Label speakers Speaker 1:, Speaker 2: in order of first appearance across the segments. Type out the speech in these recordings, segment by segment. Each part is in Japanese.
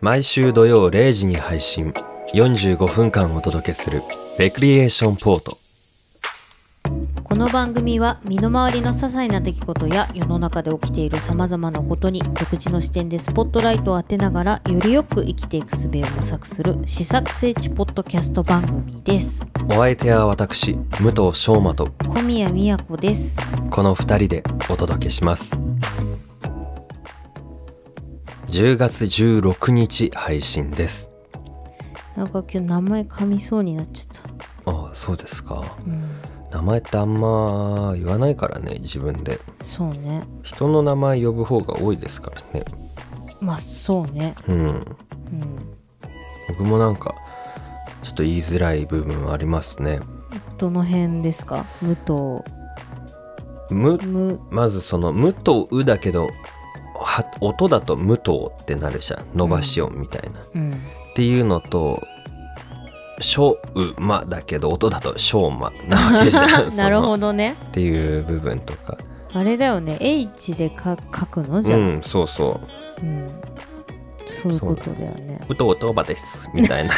Speaker 1: 毎週土曜0時に配信45分間お届けするレクリエーションポート
Speaker 2: この番組は身の回りの些細な出来事や世の中で起きているさまざまなことに独自の視点でスポットライトを当てながらよりよく生きていく術を模索する試作聖地ポッドキャスト番組です
Speaker 1: お相手は私武藤翔馬と
Speaker 2: 小宮宮子です
Speaker 1: この2人でお届けします10月16日配信です
Speaker 2: なんか今日名前噛みそうになっちゃった
Speaker 1: ああそうですか
Speaker 2: うん
Speaker 1: 名前ってあんま言わないからね自分で
Speaker 2: そうね
Speaker 1: 人の名前呼ぶ方が多いですからね
Speaker 2: まあそうね
Speaker 1: うん
Speaker 2: うん
Speaker 1: 僕もなんかちょっと言いづらい部分ありますね
Speaker 2: どの辺ですか武
Speaker 1: む
Speaker 2: 藤む
Speaker 1: まずその「無と「う」だけどは音だと「無とう」ってなるじゃん伸ばし音みたいな、っ
Speaker 2: うん
Speaker 1: ていうのと「しょうま」だけど音だと「しょうま」なわけじゃん
Speaker 2: なる
Speaker 1: その
Speaker 2: ほどね
Speaker 1: っていう部分とか
Speaker 2: あれだよね H でか書くのじゃ、
Speaker 1: うんんそうそう
Speaker 2: うん、そういうことだよね
Speaker 1: 「うとうとばです」みたいな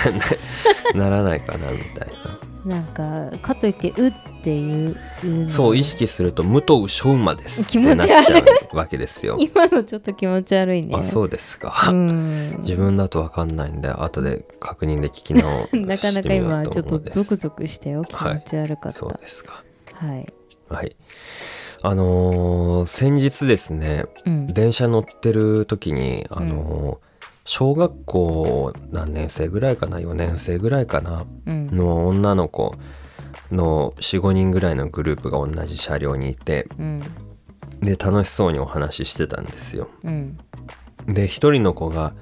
Speaker 1: ならないかなみたいな
Speaker 2: なんかかといって「う」っていういうの
Speaker 1: そう意識すると「無とうしょうまです」っ
Speaker 2: 気
Speaker 1: て
Speaker 2: 持
Speaker 1: なっ
Speaker 2: ち
Speaker 1: ち
Speaker 2: 悪い
Speaker 1: ゃうわけですよ
Speaker 2: 今のちょっと気持ち悪いね
Speaker 1: あそうですか、
Speaker 2: うん
Speaker 1: 自分だと分かんないんで後で確認で聞き直してみようと思うので
Speaker 2: なかなか今ちょっとゾクゾクしたよ気
Speaker 1: はい
Speaker 2: 持ち悪かった
Speaker 1: そ
Speaker 2: は
Speaker 1: うですか
Speaker 2: い、
Speaker 1: はいあのー先日ですね
Speaker 2: うん
Speaker 1: 電車乗ってる時にあのー小学校何年生ぐらいかな4年生ぐらいかな
Speaker 2: うん
Speaker 1: の女の子の45人ぐらいのグループが同じ車両にいて
Speaker 2: うん
Speaker 1: で楽しそうにお話ししてたんですよ
Speaker 2: うん
Speaker 1: で一人の子が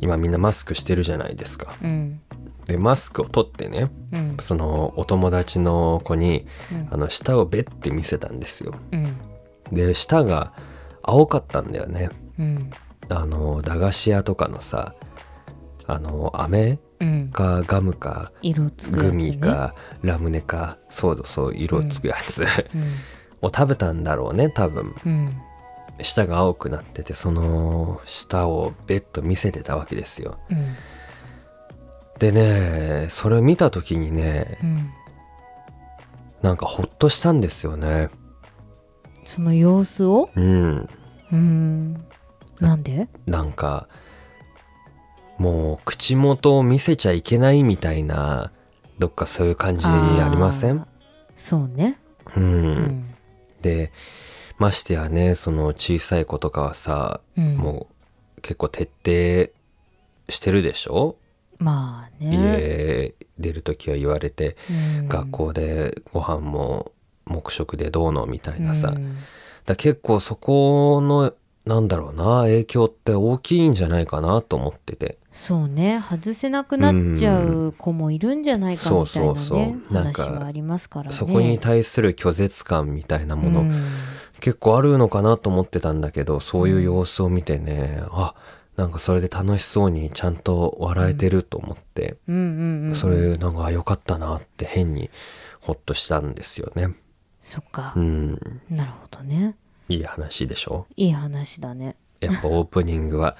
Speaker 1: 今みんなマスクしてるじゃないですか
Speaker 2: うん
Speaker 1: でマスクを取ってね
Speaker 2: うん
Speaker 1: そのお友達の子に
Speaker 2: うん
Speaker 1: あの舌をべって見せたんですよ
Speaker 2: うん
Speaker 1: で舌が青かったんだよね
Speaker 2: うん
Speaker 1: あの駄菓子屋とかのさあの飴
Speaker 2: うん
Speaker 1: かガムか
Speaker 2: 色つくや
Speaker 1: グ
Speaker 2: つ、ね、
Speaker 1: ミかラムネかそうだそう色つくやつ
Speaker 2: う
Speaker 1: を食べたんだろうね多分
Speaker 2: んうん
Speaker 1: 舌が青くなっててその舌をべっと見せてたわけですよ
Speaker 2: うん
Speaker 1: でねそれを見た時にね
Speaker 2: うん
Speaker 1: なんかほっとしたんですよね
Speaker 2: その様子を
Speaker 1: うん
Speaker 2: うんなんで
Speaker 1: なんかもう口元を見せちゃいけないみたいなどっかそういう感じありません
Speaker 2: あーそうね
Speaker 1: うん、
Speaker 2: うん
Speaker 1: でましてやねその小さい子とかはさ、
Speaker 2: うん
Speaker 1: もう結構徹底してるでしょ、
Speaker 2: まあね
Speaker 1: 家出る時は言われて、
Speaker 2: うん
Speaker 1: 学校でご飯も黙食でどうのみたいなさ、
Speaker 2: うん
Speaker 1: だ結構そこのなんだろうな影響って大きいんじゃないかなと思ってて。
Speaker 2: そうね外せなくなっちゃう子もいるんじゃないかみたいな
Speaker 1: そうそうそう
Speaker 2: ね
Speaker 1: なん
Speaker 2: 話
Speaker 1: か
Speaker 2: はありますからね
Speaker 1: そこに対する拒絶感みたいなもの、
Speaker 2: うん
Speaker 1: 結構あるのかなと思ってたんだけどそういう様子を見てねあなんかそれで楽しそうにちゃんと笑えてると思って、
Speaker 2: うんうんうん
Speaker 1: それなんかあ良かったなって変にほっとしたんですよね。
Speaker 2: そっか
Speaker 1: うん
Speaker 2: なるほどね
Speaker 1: いい話でしょ
Speaker 2: いい話だね
Speaker 1: やっぱオープニング は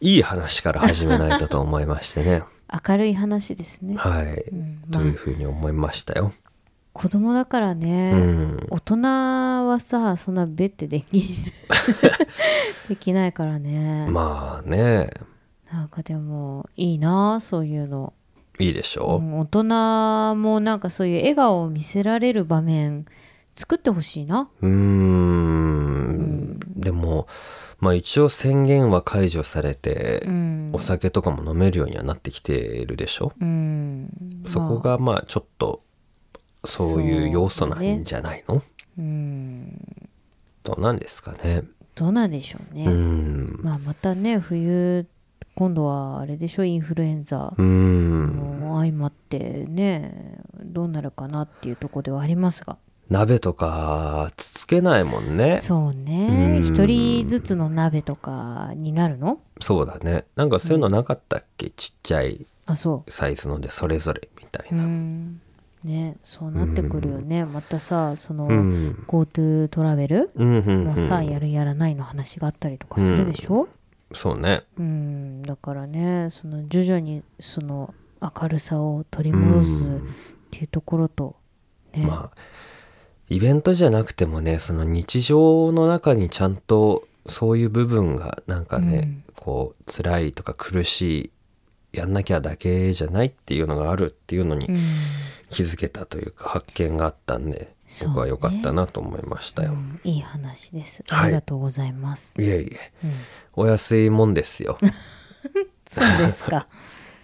Speaker 1: いい話から始めないとと思いましてね。
Speaker 2: 明るい話ですね
Speaker 1: はい、
Speaker 2: ん
Speaker 1: というふうに思いましたよ。
Speaker 2: 子供だから
Speaker 1: う
Speaker 2: ね
Speaker 1: ん、
Speaker 2: 大人はさそんなベってでき できないからね
Speaker 1: まあね
Speaker 2: なんかでもいいなそういうの
Speaker 1: いいでしょ
Speaker 2: う、ん大人もなんかそういう笑顔を見せられる場面作ってほしいな
Speaker 1: うーんでも、まあ、一応宣言は解除されて、
Speaker 2: うん
Speaker 1: お酒とかも飲めるようにはなってきてるでしょ、
Speaker 2: うん
Speaker 1: そこがまあちょっとそういう要素なんじゃないの
Speaker 2: うん
Speaker 1: どうなんですかね。
Speaker 2: どうなんでしょうね、
Speaker 1: うん
Speaker 2: まあまたね冬今度はあれでしょインフルエンザ
Speaker 1: うん
Speaker 2: も相まってねどうなるかなっていうところではありますが
Speaker 1: 鍋とかつつけないもんね
Speaker 2: そう
Speaker 1: う
Speaker 2: ね
Speaker 1: ん
Speaker 2: 一人ずつの鍋とかになるの
Speaker 1: そうだねなんかそういうのなかったっけちっちゃい
Speaker 2: あそ
Speaker 1: サイズのでそれぞれみたいう
Speaker 2: う
Speaker 1: な。
Speaker 2: んねそうなってくるよねまたさその、
Speaker 1: うん、
Speaker 2: GoTo トラベル
Speaker 1: うんうんうん
Speaker 2: もさ、やるやらないの話があったりとかするでしょ、
Speaker 1: そうね
Speaker 2: うんだからねその徐々にその明るさを取り戻す
Speaker 1: う
Speaker 2: っ
Speaker 1: ん
Speaker 2: ていうところと、ね
Speaker 1: まあイベントじゃなくてもねその日常の中にちゃんとそういう部分がなんかね、こう辛いとか苦しいやんなきゃだけじゃないっていうのがあるっていうのに
Speaker 2: うん
Speaker 1: 気づけたというか発見があったんで、
Speaker 2: そうね
Speaker 1: 僕は良かったなと思いましたよ。
Speaker 2: うんいい話です
Speaker 1: はい
Speaker 2: ありがとうございます、
Speaker 1: いえいえ
Speaker 2: うん、
Speaker 1: お安いもんですよ。
Speaker 2: そうですか、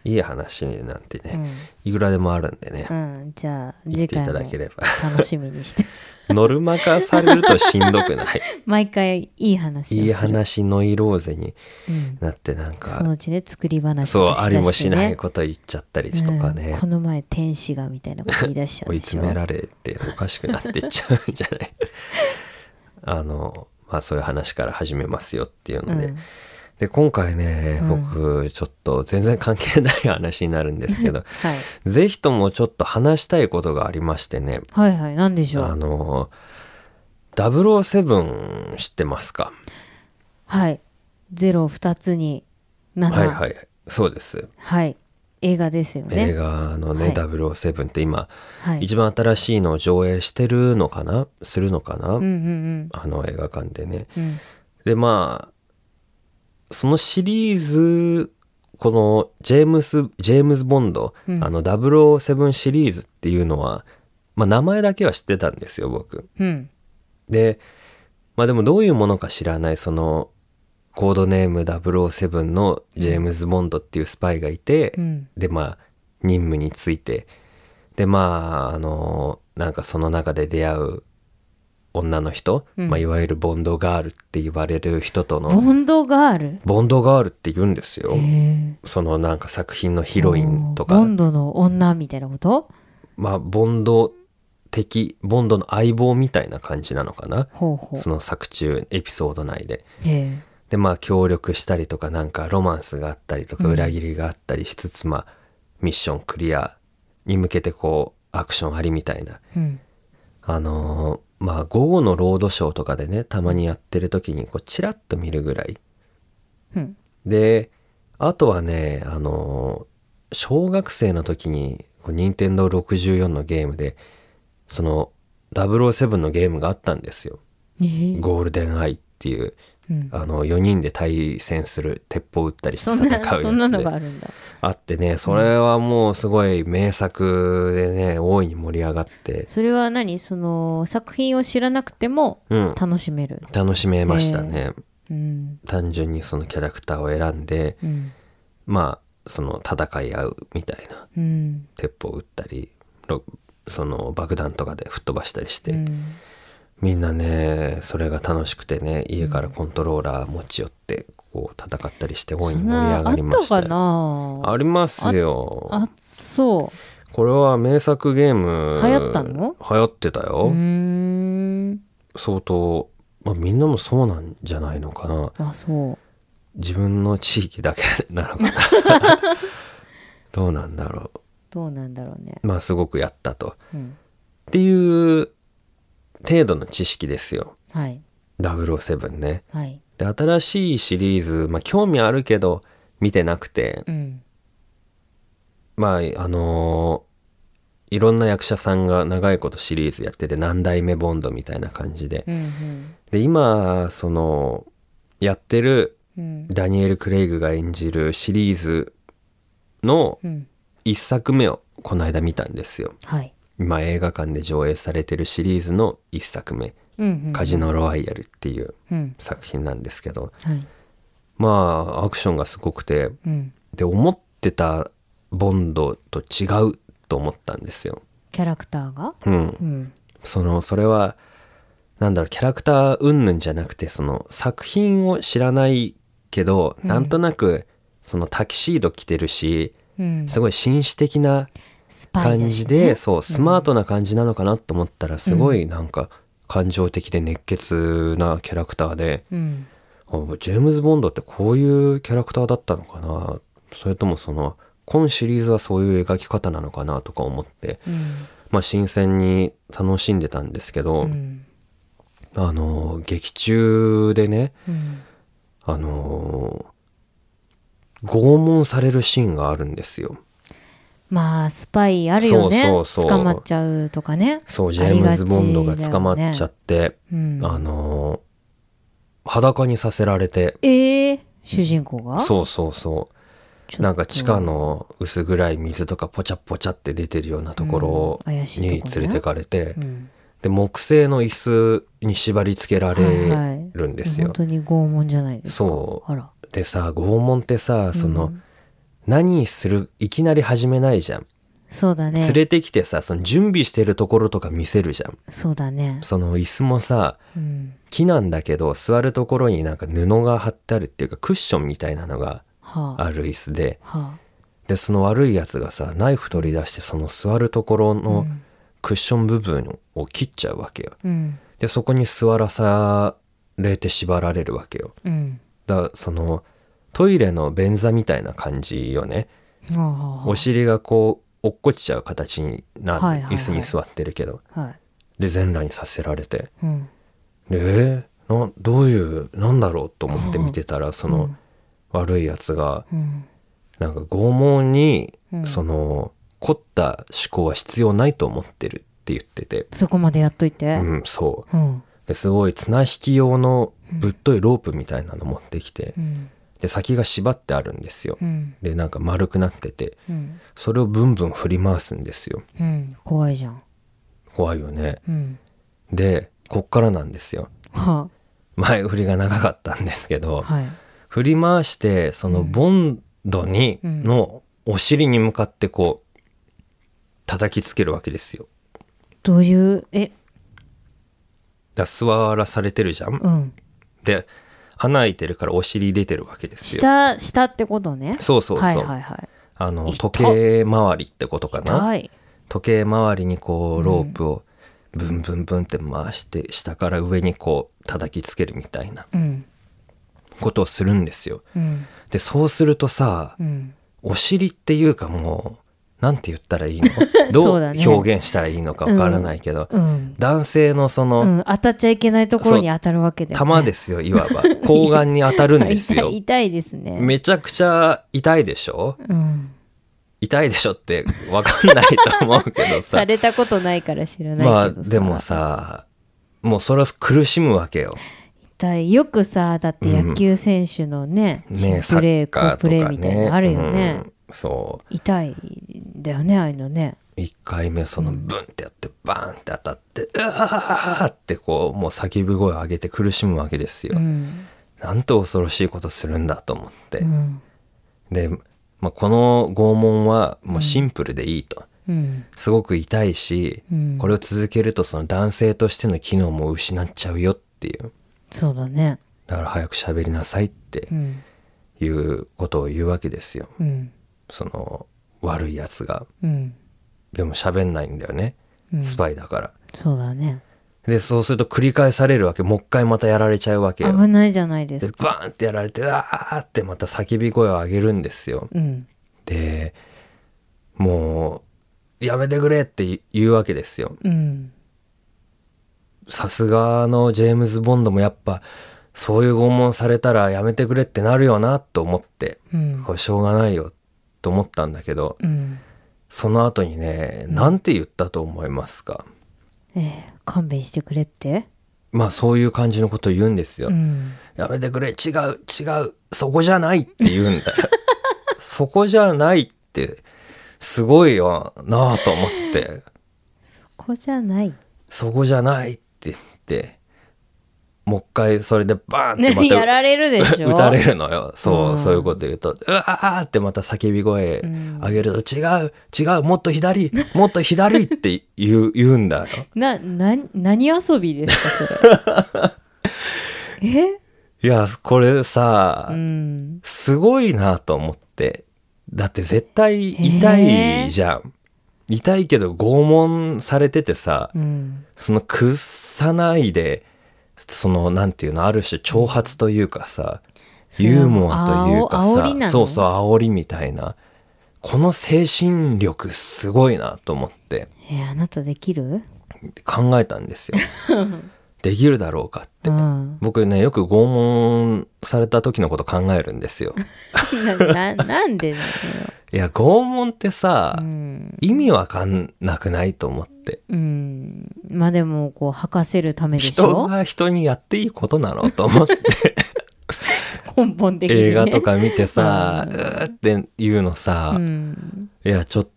Speaker 1: いい話なんて ね、
Speaker 2: うん
Speaker 1: いくらでもあるんでね、
Speaker 2: うん、じゃあ
Speaker 1: 言っ
Speaker 2: 次
Speaker 1: てい
Speaker 2: 回
Speaker 1: た
Speaker 2: も
Speaker 1: だければ
Speaker 2: 楽しみにして
Speaker 1: ノルマ化されるとしんどくない
Speaker 2: 毎回いい話をする
Speaker 1: いい話ノイローゼに
Speaker 2: うん、
Speaker 1: なってなんか
Speaker 2: そのうちね作り話
Speaker 1: そう、
Speaker 2: とか
Speaker 1: あ
Speaker 2: 出
Speaker 1: り
Speaker 2: してね
Speaker 1: もしないこと言っちゃったりとか
Speaker 2: うん
Speaker 1: ね、
Speaker 2: この前天使がみたいなこと言い出しちゃ う
Speaker 1: 追い
Speaker 2: でしょ
Speaker 1: 詰められておかしくなってっちゃうんじゃない あの、まあそういう話から始めますよっていうので。
Speaker 2: うん
Speaker 1: で、今回ね、
Speaker 2: うん
Speaker 1: 僕、ちょっと全然関係ない話になるんですけど、
Speaker 2: はい、
Speaker 1: ぜひともちょっと話したいことがありましてね、
Speaker 2: はいはい何でしょ
Speaker 1: あ
Speaker 2: う
Speaker 1: の、007知ってますか
Speaker 2: はいゼロ二つに7
Speaker 1: は
Speaker 2: はいい、
Speaker 1: はい。そうです。
Speaker 2: 映画ですよね
Speaker 1: 映画のね、
Speaker 2: はい
Speaker 1: 007って今、
Speaker 2: はい
Speaker 1: 一番新しいのを上映してるのかなするのかな、
Speaker 2: うんうん
Speaker 1: あの映画館でね。
Speaker 2: うんうん
Speaker 1: でまあそのシリーズこのジェームス・ジェームズ・ボンド、
Speaker 2: うん
Speaker 1: あの007シリーズっていうのは、まあ、名前だけは知ってたんですよ僕。
Speaker 2: うん
Speaker 1: でまあでもどういうものか知らないそのコードネーム007のジェームズ・ボンドっていうスパイがいて、
Speaker 2: うん
Speaker 1: でまあ任務についてでまああのなんかその中で出会う女の人、
Speaker 2: うん
Speaker 1: まあ、いわゆるボンドガールって言われる人との
Speaker 2: ボンドガール
Speaker 1: ボンドガールって言うんですよ
Speaker 2: へえ
Speaker 1: そのなんか作品のヒロインと
Speaker 2: おーボ
Speaker 1: か
Speaker 2: ンドの女みたいなこと
Speaker 1: まあボンド的ボンドの相棒みたいな感じなのかな
Speaker 2: ほうほう
Speaker 1: その作中エピソード内で
Speaker 2: え
Speaker 1: でまあ協力したりとかなんかロマンスがあったりとか
Speaker 2: うん
Speaker 1: 裏切りがあったりしつつ、まあミッションクリアに向けてこうアクションありみたいな
Speaker 2: えうん
Speaker 1: あのーまあ午後のロードショーとかでねたまにやってる時にこうチラッと見るぐらい
Speaker 2: うん
Speaker 1: であとはねあのー小学生の時にこう任天堂64のゲームでその007のゲームがあったんですよ
Speaker 2: ええ
Speaker 1: ゴールデンアイっていう
Speaker 2: うん
Speaker 1: あの4人で対戦する鉄砲撃ったりして
Speaker 2: そ
Speaker 1: 戦
Speaker 2: ん
Speaker 1: うや
Speaker 2: なそんな
Speaker 1: つ
Speaker 2: の
Speaker 1: で
Speaker 2: があるんだ
Speaker 1: あってねそれはもうすごい名作でね大いに盛り上がって
Speaker 2: それは何その作品を知らなくても
Speaker 1: うん
Speaker 2: 楽しめる
Speaker 1: 楽しめましたね
Speaker 2: うん
Speaker 1: 単純にそのキャラクターを選んで
Speaker 2: うん
Speaker 1: まあその戦い合うみたいな
Speaker 2: うん
Speaker 1: 鉄砲撃ったりろその爆弾とかで吹っ飛ばしたりして、
Speaker 2: うん
Speaker 1: みんなねそれが楽しくてね家からコントローラー持ち寄ってこう戦ったりして大いに
Speaker 2: そん
Speaker 1: 盛り上
Speaker 2: なあ
Speaker 1: が
Speaker 2: っ
Speaker 1: りま
Speaker 2: た
Speaker 1: した
Speaker 2: か
Speaker 1: よ
Speaker 2: な
Speaker 1: ありますよ
Speaker 2: あそ
Speaker 1: これは名作ゲーム
Speaker 2: 流行ったの
Speaker 1: 流行ってた
Speaker 2: うう
Speaker 1: よ、
Speaker 2: ーん
Speaker 1: 相当、まあ、みんなもそうなんじゃないのかな
Speaker 2: あそう
Speaker 1: 自分の地域だけな のかなどうなんだろ
Speaker 2: どうなんだろうね
Speaker 1: うまあすごくやったと
Speaker 2: うん
Speaker 1: っていう程度の知識ですよ
Speaker 2: はい
Speaker 1: 007ね
Speaker 2: はい
Speaker 1: で新しいシリーズまあ興味あるけど見てなくて
Speaker 2: うん
Speaker 1: まああのーいろんな役者さんが長いことシリーズやってて何代目ボンドみたいな感じで
Speaker 2: うんうん
Speaker 1: で今そのやってる
Speaker 2: うん
Speaker 1: ダニエル・クレイグが演じるシリーズの
Speaker 2: うん
Speaker 1: 1作目をこの間見たんですよ
Speaker 2: はい
Speaker 1: 今映画館で上映されてるシリーズの1作目
Speaker 2: うんう
Speaker 1: 「
Speaker 2: ん
Speaker 1: カジノロワイヤル」っていう
Speaker 2: うん
Speaker 1: 作品なんですけど
Speaker 2: はい
Speaker 1: まあアクションがすごくて
Speaker 2: うん
Speaker 1: で思ってたボンドと違うと思ったんですよ。
Speaker 2: キャラクターが
Speaker 1: うん、
Speaker 2: うん
Speaker 1: そのそれはなんだろうキャラクター云々じゃなくてその作品を知らないけど、
Speaker 2: うん
Speaker 1: なんとなくそのタキシード着てるし
Speaker 2: うん
Speaker 1: すごい紳士的な
Speaker 2: スパイ
Speaker 1: 感
Speaker 2: だ
Speaker 1: じ
Speaker 2: し
Speaker 1: で、
Speaker 2: ね
Speaker 1: そうスマートな感じなのかなと思ったらすごいなんか感情的で熱血なキャラクターで、
Speaker 2: うん
Speaker 1: あジェームズ・ボンドってこういうキャラクターだったのかなそれともその今シリーズはそういう描き方なのかなとか思って
Speaker 2: うん
Speaker 1: まあ新鮮に楽しんでたんですけど、
Speaker 2: うん
Speaker 1: あの劇中でね
Speaker 2: うん
Speaker 1: あの拷問されるシーンがあるんですよ。
Speaker 2: まあスパイあるよね
Speaker 1: そうそうそう
Speaker 2: 捕まっちゃうとかね
Speaker 1: そうジ
Speaker 2: あ
Speaker 1: ェ
Speaker 2: り
Speaker 1: ーム
Speaker 2: が
Speaker 1: ズ・
Speaker 2: ち
Speaker 1: ボンドが捕まっちゃって、
Speaker 2: うん
Speaker 1: あのー裸にさせられて
Speaker 2: えー、主人公が
Speaker 1: そうそうそう
Speaker 2: ちょっと
Speaker 1: なんか地下の薄暗い水とかポチャポチャって出てるようなところ
Speaker 2: うん怪しいとこ
Speaker 1: に
Speaker 2: ね
Speaker 1: 連れてかれて、
Speaker 2: うん
Speaker 1: で木製の椅子に縛り付けられ
Speaker 2: はいはい
Speaker 1: るんですよ。
Speaker 2: 本当に拷問じゃないですか
Speaker 1: そう
Speaker 2: あら
Speaker 1: でさ拷問ってさその、
Speaker 2: うん
Speaker 1: 何するいきなり始めないじゃん。
Speaker 2: そうだね
Speaker 1: 連れてきてさその準備してるところとか見せるじゃん。
Speaker 2: そうだね
Speaker 1: その椅子もさ
Speaker 2: うん
Speaker 1: 木なんだけど座るところになんか布が貼ってあるっていうかクッションみたいなのが
Speaker 2: はあ
Speaker 1: ある椅子で
Speaker 2: は
Speaker 1: でその悪いやつがさナイフ取り出してその座るところ
Speaker 2: あう
Speaker 1: の
Speaker 2: ん
Speaker 1: クッション部分を切っちゃうわけよ
Speaker 2: うん
Speaker 1: でそこに座らされて縛られるわけよ
Speaker 2: うん
Speaker 1: だからそのトイレの便座みたいな感じよね
Speaker 2: はあはあ
Speaker 1: お尻がこう落っこちちゃう形にな
Speaker 2: はいはいはい
Speaker 1: 椅子に座ってるけど
Speaker 2: はい
Speaker 1: で全裸にさせられて
Speaker 2: うん
Speaker 1: でえーなどういうなんだろうと思って見てたらその
Speaker 2: うん
Speaker 1: 悪いやつが
Speaker 2: うん
Speaker 1: なんか拷問に
Speaker 2: うん
Speaker 1: その凝った思考は必要ないと思ってるって言ってて、
Speaker 2: そこまでやっといて
Speaker 1: うん、そう
Speaker 2: うん
Speaker 1: ですごい綱引き用のぶっといロープみたいなの持ってきて
Speaker 2: うん
Speaker 1: で先が縛ってあるんですよ
Speaker 2: うん
Speaker 1: でなんか丸くなってて
Speaker 2: うん
Speaker 1: それをブンブン振り回すんですよ
Speaker 2: うん怖いじゃん
Speaker 1: 怖いよね
Speaker 2: うん
Speaker 1: でこっからなんですよ
Speaker 2: は
Speaker 1: 前振りが長かったんですけ
Speaker 2: あ
Speaker 1: ど
Speaker 2: はい
Speaker 1: 振り回してそのボンドに
Speaker 2: うん
Speaker 1: のお尻に向かってこう叩きつけるわけですよ
Speaker 2: どういうえ
Speaker 1: だから座らされてるじゃん
Speaker 2: うん
Speaker 1: で穴開いてるからお尻出てるわけですよ
Speaker 2: 下下ってことね
Speaker 1: そうそうそう、
Speaker 2: はいはいはい
Speaker 1: あの
Speaker 2: 痛っ
Speaker 1: 時計回りってことかな
Speaker 2: 痛い
Speaker 1: 時計回りにこうロープをブンブンブンって回して下から上にこう叩きつけるみたいな
Speaker 2: うん
Speaker 1: ことをするんですよ
Speaker 2: うん
Speaker 1: でそうするとさ
Speaker 2: うん
Speaker 1: お尻っていうかもうなんて言ったらいい のど
Speaker 2: そううだね
Speaker 1: 表現したらいいのかわからないけど、
Speaker 2: うん
Speaker 1: 男性のその、
Speaker 2: うん当たっちゃいけないところに当たるわけで
Speaker 1: 玉ですよいわば睾丸に当たるんですよ
Speaker 2: 痛い痛いですね
Speaker 1: めちゃくちゃ痛いでしょ
Speaker 2: うん
Speaker 1: 痛いでしょってわかんないと思うけどさ
Speaker 2: されたことないから知ら
Speaker 1: ま
Speaker 2: な
Speaker 1: あ
Speaker 2: いけどさ、
Speaker 1: でもさもうそれは苦しむわけよ
Speaker 2: 痛いよくさだって野球選手のね,、チ
Speaker 1: ね
Speaker 2: プレ
Speaker 1: サッ
Speaker 2: ー
Speaker 1: カ
Speaker 2: 好
Speaker 1: ー
Speaker 2: プ
Speaker 1: と
Speaker 2: レー
Speaker 1: か
Speaker 2: みたいな
Speaker 1: ね
Speaker 2: のあるよね、
Speaker 1: うんそう
Speaker 2: 痛いんだよねああいうのね
Speaker 1: 1回目そのブンってやってバーンって当たってうわーってこうもう叫び声を上げて苦しむわけですよ、
Speaker 2: うん、
Speaker 1: なんと恐ろしいことするんだと思って、
Speaker 2: うん
Speaker 1: で、まあ、この拷問はもうシンプルでいいと、
Speaker 2: うん
Speaker 1: すごく痛いし、
Speaker 2: うん
Speaker 1: これを続けるとその男性としての機能も失っちゃうよっていう
Speaker 2: そうだね
Speaker 1: だから早く喋りなさいって
Speaker 2: うん
Speaker 1: いうことを言うわけですよ
Speaker 2: うん
Speaker 1: その悪いやつが
Speaker 2: うん
Speaker 1: でも喋んないんだよね
Speaker 2: うん
Speaker 1: スパイだから、
Speaker 2: そうだね
Speaker 1: でそうすると繰り返されるわけもう一回またやられちゃうわけよ
Speaker 2: 危ないじゃないで
Speaker 1: です
Speaker 2: か
Speaker 1: バーンってやられてうわーってまた叫び声を上げるんですよ
Speaker 2: うん
Speaker 1: でもうやめてくれって言うわけですよ
Speaker 2: うん
Speaker 1: さすがのジェームズ・ボンドもやっぱそういう拷問されたらやめてくれってなるよなと思って
Speaker 2: うん
Speaker 1: これしょうがないよと思ったんだけど
Speaker 2: うん
Speaker 1: その後にねなんて言ったと思いますか
Speaker 2: ええ勘弁してくれって
Speaker 1: まあそういう感じのこと言うんですよ、
Speaker 2: うん
Speaker 1: やめてくれ違う違うそこじゃないって言 うんだよそこじゃないってすごいよなあと思って
Speaker 2: ここじゃない
Speaker 1: そこじゃないって言ってもう一回それでバーンってま
Speaker 2: ね
Speaker 1: た
Speaker 2: やられるで しょ
Speaker 1: 打たれるのよそう、
Speaker 2: うん
Speaker 1: そういうこと言うと「うわー!」ってまた叫び声上げると「違う違うもっと左もっと左」って言う言うんだよ
Speaker 2: な、な、何遊びですか、そ れ。え
Speaker 1: いやこれさ、
Speaker 2: うん。
Speaker 1: すごいなと思ってだって絶対痛いじゃん、痛いけど拷問されててさ
Speaker 2: うん。
Speaker 1: その屈さないでそのなんていうのある種挑発というかさ
Speaker 2: それは
Speaker 1: ユーモアというかさ
Speaker 2: 煽煽りなの
Speaker 1: そうそう煽りみたいなこの精神力すごいなと思って
Speaker 2: えあなたできる
Speaker 1: 考えたんですよ。できるだろうかって、
Speaker 2: うん
Speaker 1: 僕ねよく拷問された時のこと考えるんですよ
Speaker 2: なななんでなのよ、
Speaker 1: いや拷問ってさ、
Speaker 2: うん
Speaker 1: 意味わかんなくないと思って
Speaker 2: うん、まあでもこう吐かせるためでし
Speaker 1: 人
Speaker 2: ょ
Speaker 1: が人にやっていいことなのと 思って
Speaker 2: 根本的に、ね、
Speaker 1: 映画とか見てさ、
Speaker 2: う
Speaker 1: うんーって言うのさ、
Speaker 2: うん
Speaker 1: いやちょっと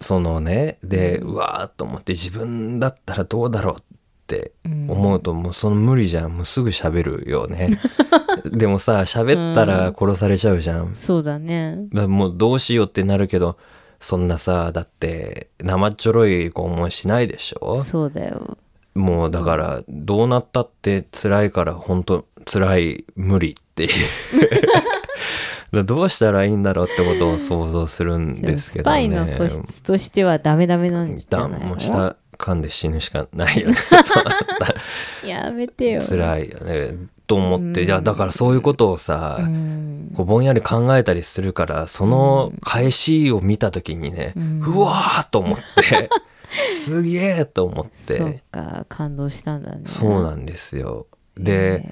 Speaker 1: そのねでうわーっと思って自分だったらどうだろうって
Speaker 2: うん
Speaker 1: 思うともうその無理じゃんもうすぐ喋るよね でもさ喋ったら殺されちゃうじゃん、だか
Speaker 2: そうだね
Speaker 1: らもうどうしようってなるけどそんなさだって生っちょろい拷問しないでしょ
Speaker 2: そうだよ
Speaker 1: もうだからどうなったって辛いから本当辛い無理っていうだ からどうしたらいいんだろうってことを想像するんですけ
Speaker 2: ス
Speaker 1: ど
Speaker 2: パ
Speaker 1: ね
Speaker 2: イの素質としてはダメダメなんじ
Speaker 1: 一
Speaker 2: ゃ
Speaker 1: 旦
Speaker 2: ない
Speaker 1: も
Speaker 2: の
Speaker 1: う下噛んで死ぬしかないよねそうなった
Speaker 2: やめてよ
Speaker 1: ら辛いよねと思って、
Speaker 2: うん
Speaker 1: いやだからそういうことをさ、
Speaker 2: うん
Speaker 1: こうぼんやり考えたりするからその返しを見た時にね、
Speaker 2: う
Speaker 1: うんわーと思って すげえと思っ
Speaker 2: そう
Speaker 1: て
Speaker 2: か感動したんだね
Speaker 1: そうなんんですよで、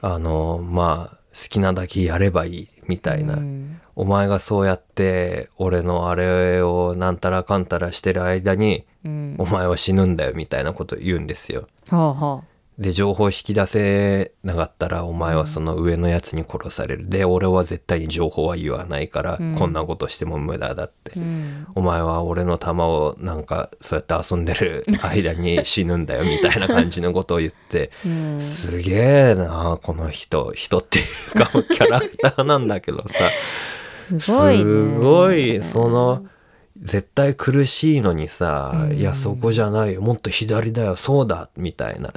Speaker 1: あのまあ好きなだけやればいいみたいな、
Speaker 2: うん
Speaker 1: お前がそうやって俺のあれをなんたらかんたらしてる間に
Speaker 2: うん
Speaker 1: お前は死ぬんだよみたいなこと言うんですよ。
Speaker 2: はあは
Speaker 1: で情報引き出せなかったらお前はその上のやつに殺される。で俺は絶対に情報は言わないから、
Speaker 2: うん
Speaker 1: こんなことしても無駄だって。
Speaker 2: あ、うん、
Speaker 1: お前は俺の弾をなんかそうやって遊んでる間に死ぬんだよみたいな感じのことを言って、
Speaker 2: うん
Speaker 1: すげえなこの人人っていう かもうキャラクターなんだけどさ
Speaker 2: す
Speaker 1: す
Speaker 2: ごいね
Speaker 1: ごいその絶対苦しいのにさ、
Speaker 2: うん
Speaker 1: いやそこじゃないよもっと左だよそうだみたいな、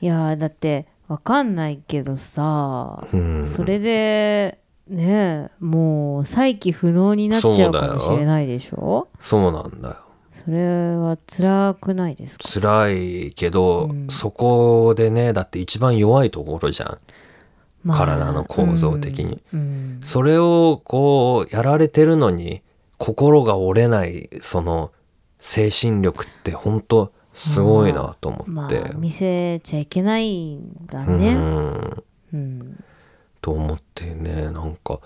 Speaker 2: いやーだってわかんないけどさ、
Speaker 1: うん、
Speaker 2: それでねえもう再起不能になっちゃうかもしれないでしょ
Speaker 1: そうなんだよ
Speaker 2: それは辛くないですか
Speaker 1: 辛いけど、
Speaker 2: うん
Speaker 1: そこでねだって一番弱いところじゃん
Speaker 2: まあ
Speaker 1: 体の構造的に、
Speaker 2: うんうん
Speaker 1: それをこうやられてるのに心が折れないその精神力って本当すごいなと思
Speaker 2: ま
Speaker 1: って、
Speaker 2: あ見せちゃいけないんだね、
Speaker 1: うん
Speaker 2: うん
Speaker 1: と思ってねなんか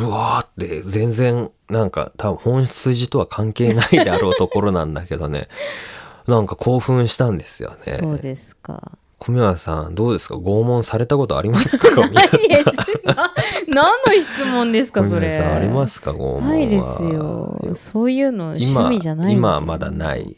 Speaker 1: うわーって全然なんか多分本筋とは関係ないだろうところなんだけどね なんか興奮したんですよね。
Speaker 2: そうですか
Speaker 1: 小宮さんどうですか拷問されたことあります か小宮
Speaker 2: いいですな何の質問ですかそ
Speaker 1: 小
Speaker 2: れ
Speaker 1: 宮さんありますか拷問は
Speaker 2: ないですよそういうの趣
Speaker 1: 今
Speaker 2: 味じゃない
Speaker 1: 今はまだない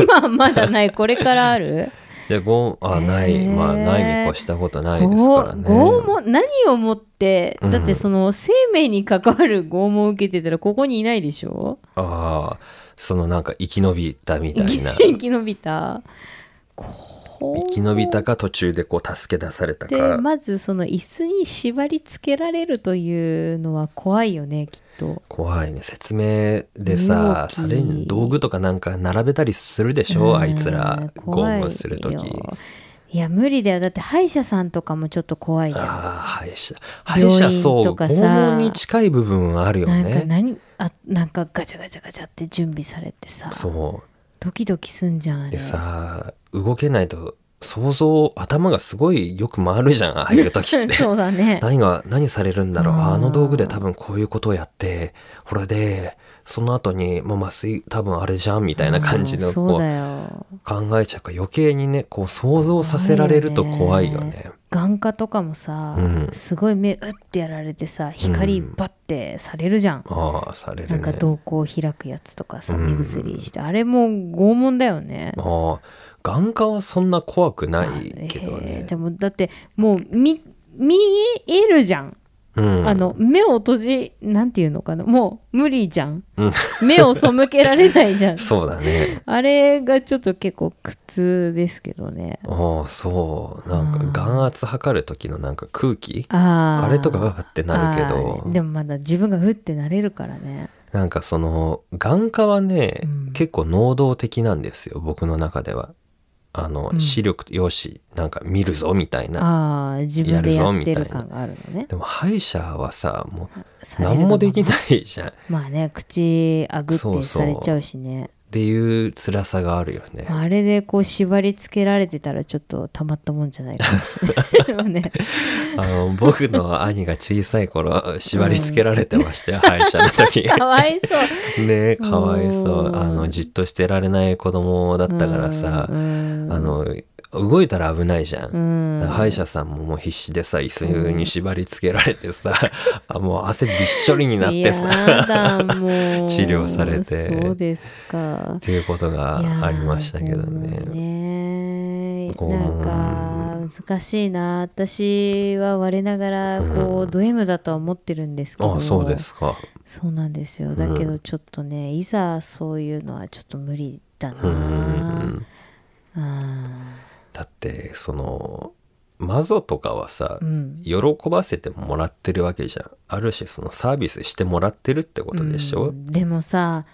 Speaker 2: 今はまだないこれからある
Speaker 1: じゃあごあない、
Speaker 2: へー
Speaker 1: まあないに越したことないですから
Speaker 2: 拷
Speaker 1: ね。
Speaker 2: 拷問何をもって
Speaker 1: うん
Speaker 2: だってその生命に関わる拷問を受けてたらここにいないでしょ
Speaker 1: ああそのなんか生き延びたみたいな
Speaker 2: 生き延びたこ
Speaker 1: 生き延びたか途中でこう助け出された
Speaker 2: で
Speaker 1: か、
Speaker 2: まずその椅子に縛り付けられるというのは怖いよねきっと。
Speaker 1: 怖いね説明でさ
Speaker 2: 容器
Speaker 1: されん道具とかなんか並べたりするでしょ
Speaker 2: うん
Speaker 1: あいつら拷
Speaker 2: 怖いよ
Speaker 1: 問する時
Speaker 2: いや無理だよだって歯医者さんとかもちょっと怖いじゃん。
Speaker 1: ああ歯医者歯医
Speaker 2: 病院
Speaker 1: 者そう
Speaker 2: とか
Speaker 1: 拷
Speaker 2: さ
Speaker 1: 問に近い部分はあるよ
Speaker 2: なんか
Speaker 1: ね
Speaker 2: 何あなんかガチャガチャガチャって準備されてさ
Speaker 1: そ
Speaker 2: ドキドキすんじゃんあ
Speaker 1: う
Speaker 2: れ
Speaker 1: でさ動けないと想像頭がすごいよく回るじゃんああいう時って
Speaker 2: そうだね
Speaker 1: 何が何されるんだろう
Speaker 2: うん
Speaker 1: あの道具で多分こういうことをやってこれでその後にまあ麻酔多分あれじゃんみたいな感じ
Speaker 2: う
Speaker 1: の
Speaker 2: んそう
Speaker 1: こ
Speaker 2: だ
Speaker 1: う
Speaker 2: よ
Speaker 1: 考えちゃうから余計にねこう想像させられると怖いよね。
Speaker 2: 眼科とかもさ、
Speaker 1: うん
Speaker 2: すごい目うってやられてさ光バッてされるじゃん、
Speaker 1: ああされ
Speaker 2: な
Speaker 1: る
Speaker 2: んか
Speaker 1: ね。
Speaker 2: 瞳孔開くやつとかさ
Speaker 1: うん
Speaker 2: 目薬して、あれも拷問だよね。
Speaker 1: ああ眼科はそんな怖くないけど
Speaker 2: えー
Speaker 1: ね
Speaker 2: で。もだってもう見見えるじゃん、
Speaker 1: うん
Speaker 2: あの目を閉じなんていうのかなもう無理じゃん
Speaker 1: うん
Speaker 2: 目を背けられないじゃん
Speaker 1: そうだ ね。
Speaker 2: あれがちょっと結構苦痛ですけどね
Speaker 1: ああそうなんか
Speaker 2: ああ
Speaker 1: 眼圧測る時のなんか空気
Speaker 2: あー
Speaker 1: あれとかがってなるけど
Speaker 2: あーでもまだ自分がうってなれるからね
Speaker 1: なんかその眼科はね、
Speaker 2: うん
Speaker 1: 結構能動的なんですよ僕の中では。あの、
Speaker 2: うん
Speaker 1: 視力用紙なんか見るぞみたいな。
Speaker 2: ああ自分でやってる感があるのね
Speaker 1: でも歯医者はさもう
Speaker 2: される
Speaker 1: 何
Speaker 2: の
Speaker 1: もできないじゃん。
Speaker 2: まあね口あぐっ
Speaker 1: そ
Speaker 2: て
Speaker 1: うそう
Speaker 2: されちゃうしね
Speaker 1: っていう辛さがあるよね。
Speaker 2: まああれでこう縛り付けられてたらちょっとたまったもんじゃないかもしれないけ どね
Speaker 1: あの僕の兄が小さい頃縛り付けられてました よ、歯医者の時
Speaker 2: かわいそう
Speaker 1: ねえかわいそううんあのじっとしてられない子供だったからさ、
Speaker 2: うん
Speaker 1: あの動いたら危ないじゃ、
Speaker 2: うんん
Speaker 1: 歯医者さんももう必死でさ椅子に縛り付けられて さ、あもう汗びっしょりになってさ
Speaker 2: やだもう
Speaker 1: 治療されて
Speaker 2: そうですか
Speaker 1: っていうこと
Speaker 2: いや
Speaker 1: が
Speaker 2: ー
Speaker 1: ありましたけどね。
Speaker 2: こうね
Speaker 1: こう
Speaker 2: なんか難しいな私は我ながらこう、
Speaker 1: うん
Speaker 2: ド M だとは思ってるんですけど
Speaker 1: あそうですか。
Speaker 2: そうなんですよだけどちょっとね、いざそういうのはちょっと無理だな
Speaker 1: う
Speaker 2: うん
Speaker 1: ん
Speaker 2: あ
Speaker 1: だってそのマゾとかはさ、
Speaker 2: ーうん
Speaker 1: 喜ばせてもらってるわけじゃんある種そのサービスしてもらってるってことでし
Speaker 2: う
Speaker 1: ょ
Speaker 2: んでもさ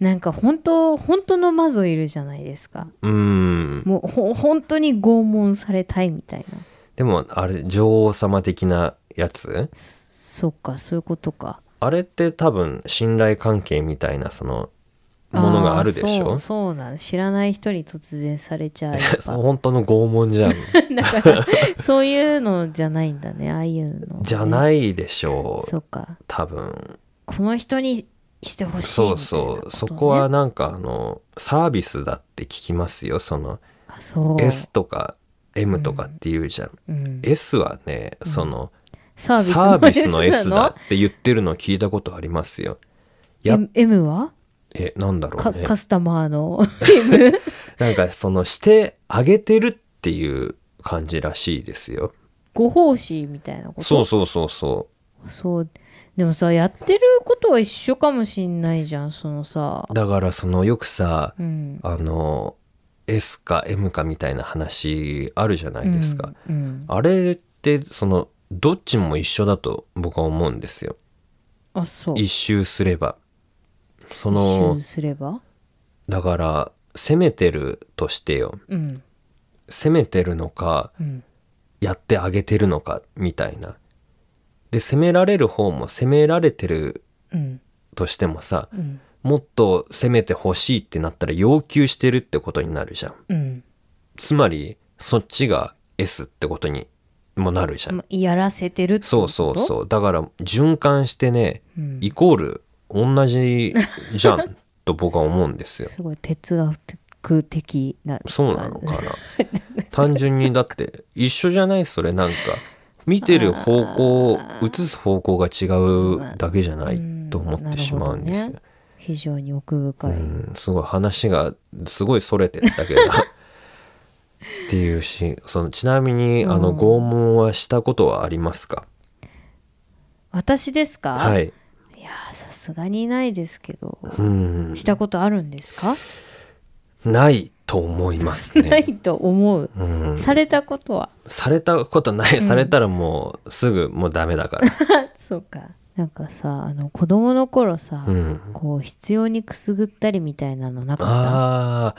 Speaker 2: なんか本当本当のマゾいるじゃないですか
Speaker 1: うん
Speaker 2: もうほ本当に拷問されたいみたいな
Speaker 1: でもあれ女王様的なやつ
Speaker 2: そっかそういうことか
Speaker 1: あれって多分信頼関係みたいなそのものがあるでし
Speaker 2: ーそう
Speaker 1: ょ
Speaker 2: そうなん知らない人に突然されちゃうやっ ぱ
Speaker 1: 本当の拷問じゃん
Speaker 2: そういうのじゃないんだねああいうのね、
Speaker 1: じゃないでしょう
Speaker 2: そうか
Speaker 1: 多分
Speaker 2: この人にしてほしい
Speaker 1: そう
Speaker 2: みたいな
Speaker 1: そう
Speaker 2: とね
Speaker 1: そこはなんかあのサービスだって聞きますよその
Speaker 2: あそう
Speaker 1: S とか M とかっていうじゃん、
Speaker 2: うん、
Speaker 1: S はねその、
Speaker 2: サ
Speaker 1: サー
Speaker 2: ー
Speaker 1: ビ
Speaker 2: ビ
Speaker 1: ス
Speaker 2: ス
Speaker 1: の
Speaker 2: の
Speaker 1: S
Speaker 2: S
Speaker 1: だ
Speaker 2: なの
Speaker 1: って言ってるの聞いたことありますよ。や
Speaker 2: M, M は
Speaker 1: えなんだろ
Speaker 2: か
Speaker 1: うね
Speaker 2: カスタマーの
Speaker 1: なんかそのしてあげてるっていう感じらしいですよ。
Speaker 2: ご奉仕みたいなこと
Speaker 1: そうそうそうそ
Speaker 2: そうでもさやってることは一緒かもしんないじゃんそのさ
Speaker 1: うだからそのよくさ
Speaker 2: うん
Speaker 1: あの S か M かみたいな話あるじゃないですか。
Speaker 2: うんうん
Speaker 1: あれってそのどっちも一緒だと僕は思うんですよ。
Speaker 2: あそう
Speaker 1: 一周すれば。そ
Speaker 2: 一
Speaker 1: の
Speaker 2: 周すれば
Speaker 1: だから責めてるとしてよ
Speaker 2: うん
Speaker 1: 責めてるのか
Speaker 2: うん
Speaker 1: やってあげてるのかみたいな。で責められる方も責められてる
Speaker 2: うん
Speaker 1: としてもさ
Speaker 2: うん
Speaker 1: もっと責めてほしいってなったら要求してるってことになるじゃん。
Speaker 2: うん
Speaker 1: つまりそっちが S ってことにもなるじゃん。
Speaker 2: まやらせてるって
Speaker 1: そうそうそうだから循環してね
Speaker 2: う、うん、
Speaker 1: イコール同じじゃんと僕は思うん ですよ。
Speaker 2: すごい哲学的な
Speaker 1: そうなのかな単純にだって一緒じゃないそれなんか見てる方向映す方向が違うだけじゃないと思ってしまうんですよ、
Speaker 2: 非常に奥深い、
Speaker 1: うん、すごい話がすごいそれてった けどっていうしそのちなみにあの
Speaker 2: うん
Speaker 1: 拷問はしたことはありますか、
Speaker 2: 私ですか、、
Speaker 1: はいい
Speaker 2: やーさすがにないですけど
Speaker 1: うん
Speaker 2: したことあるんですか、
Speaker 1: ないと思います
Speaker 2: な
Speaker 1: ね
Speaker 2: いと思う、
Speaker 1: うん、
Speaker 2: されたことは
Speaker 1: されたことない、されたらもうすぐもうダメだ から、
Speaker 2: そうかなんかさあの子供の頃さ、
Speaker 1: うん、
Speaker 2: こう必要にくすぐったりみたいなのなかっ
Speaker 1: あ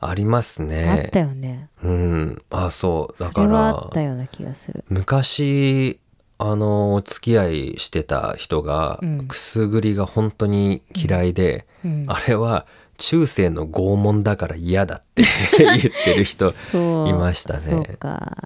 Speaker 1: ああります
Speaker 2: たあ
Speaker 1: ね
Speaker 2: ったよね
Speaker 1: うんあそうだ
Speaker 2: そ
Speaker 1: か
Speaker 2: れはあった
Speaker 1: ら
Speaker 2: ような気がする
Speaker 1: 昔あのお付き合いしてた人が、
Speaker 2: うん
Speaker 1: くすぐりが本当に嫌いで、
Speaker 2: うん
Speaker 1: あれは中世の拷問だから嫌だって 言ってる人
Speaker 2: そう
Speaker 1: いましたね
Speaker 2: そうか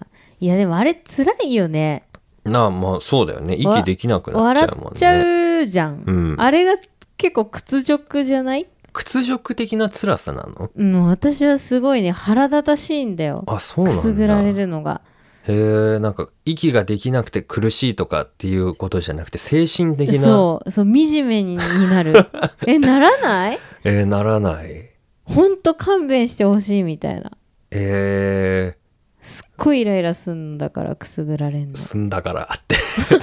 Speaker 2: いやでもあれ辛いよね
Speaker 1: なあまあそうだよね息できなくなっち
Speaker 2: 笑
Speaker 1: ゃうもん
Speaker 2: っちゃ
Speaker 1: ね
Speaker 2: うじゃん、
Speaker 1: うん
Speaker 2: あれが結構屈辱じゃない
Speaker 1: 屈辱的な辛さなの
Speaker 2: うん私はすごいね腹立たしいんだよ
Speaker 1: あそう
Speaker 2: く
Speaker 1: なんだ
Speaker 2: すぐられるのが
Speaker 1: へえんか息ができなくて苦しいとかっていうことじゃなくて精神的な
Speaker 2: そうそう惨めにに なるえならない
Speaker 1: えーならない
Speaker 2: ほんと勘弁してほしいみたいな
Speaker 1: え
Speaker 2: すっごいイライラすんだからくすぐられんの
Speaker 1: ー、すんだからって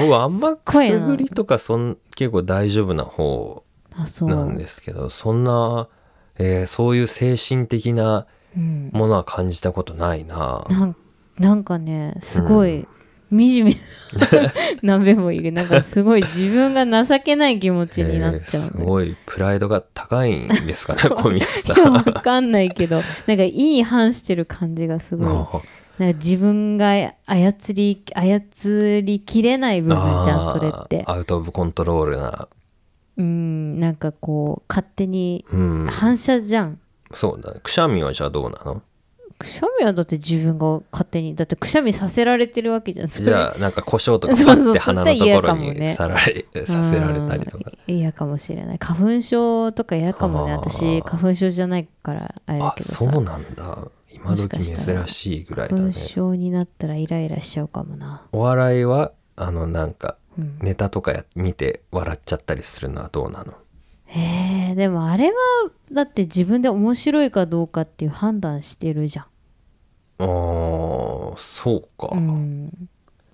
Speaker 1: 僕はあんます
Speaker 2: っ
Speaker 1: く
Speaker 2: ごいな
Speaker 1: すぐりとかそん結構大丈夫な方
Speaker 2: あそう
Speaker 1: なんですけどそんな、えーそういう精神的な
Speaker 2: うん、
Speaker 1: ものは感じたことないな
Speaker 2: なんなんかねすごい惨めな 鍋もいいけどなんかすごい自分が情けない気持ちになっちゃう
Speaker 1: えーす
Speaker 2: んだよ
Speaker 1: ごいプライドが高いんですかね 小宮さ
Speaker 2: い や
Speaker 1: ん。
Speaker 2: わかんないけどなんか意に反してる感じがすごいなんか
Speaker 1: あ
Speaker 2: 自分が操り操りきれない部分じゃん
Speaker 1: あ
Speaker 2: それって
Speaker 1: アウト・オブ・コントロールな
Speaker 2: うんなんかこう勝手に
Speaker 1: うん
Speaker 2: 反射じゃん、
Speaker 1: そうだねくしゃみはじゃあどうなの
Speaker 2: くしゃみはだって自分が勝手にだってくしゃみさせられてるわけじゃんそれ
Speaker 1: じゃあなんか胡椒とか
Speaker 2: そう
Speaker 1: パ
Speaker 2: そう
Speaker 1: ッて鼻のところ
Speaker 2: 絶対嫌かも
Speaker 1: に
Speaker 2: ね
Speaker 1: さられ、させられたりとか
Speaker 2: うん嫌かもしれない花粉症とか嫌かもね
Speaker 1: あー
Speaker 2: 私花粉症じゃないからあれだ
Speaker 1: あ
Speaker 2: けどさ
Speaker 1: そうなんだ今
Speaker 2: もし
Speaker 1: 時
Speaker 2: かしたら
Speaker 1: 珍しいぐらいだ
Speaker 2: 花
Speaker 1: ね
Speaker 2: 粉症になったらイライラしちゃうかもな
Speaker 1: お笑いはあのなんか
Speaker 2: うん
Speaker 1: ネタとかや見て笑っちゃったりするのはどうなの
Speaker 2: えー、でもあれはだって自分で面白いかどうかっていう判断してるじゃん
Speaker 1: あーそうか、
Speaker 2: うん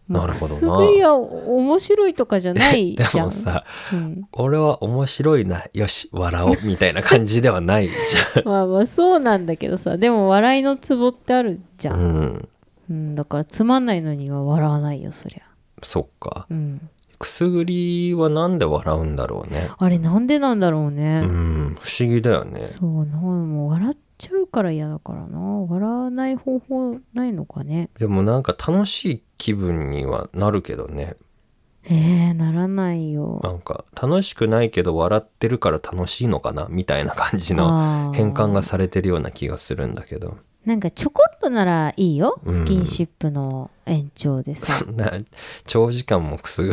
Speaker 1: なるほどな
Speaker 2: もうくすぐりは面白いとかじゃない
Speaker 1: で
Speaker 2: じゃん
Speaker 1: もさ
Speaker 2: うん、
Speaker 1: 俺は面白いなよし笑おうみたいな感じではないじ
Speaker 2: まあまあそうなんだけどさでも笑いのツボってあるじ
Speaker 1: ゃ
Speaker 2: ゃ
Speaker 1: ん、
Speaker 2: ん、
Speaker 1: うん、
Speaker 2: うん、だからつまんないのには笑わないよそりゃ
Speaker 1: そっか
Speaker 2: うん
Speaker 1: くすぐりはなんで笑うんだろうね
Speaker 2: あれなんでなんだろう
Speaker 1: う
Speaker 2: ね、
Speaker 1: ん不思議だよね
Speaker 2: そうなもう笑っちゃうから嫌だからな笑わない方法ないのかね
Speaker 1: でもなんか楽しい気分にはなるけどね
Speaker 2: えー、ならないよ
Speaker 1: なんか楽しくないけど笑ってるから楽しいのかなみたいな感じの
Speaker 2: あー
Speaker 1: 変換がされてるような気がするんだけど
Speaker 2: なんかちょこっとならいいよ
Speaker 1: うん
Speaker 2: スキンシップの延長 でさ、
Speaker 1: そんな長時間もくすぐ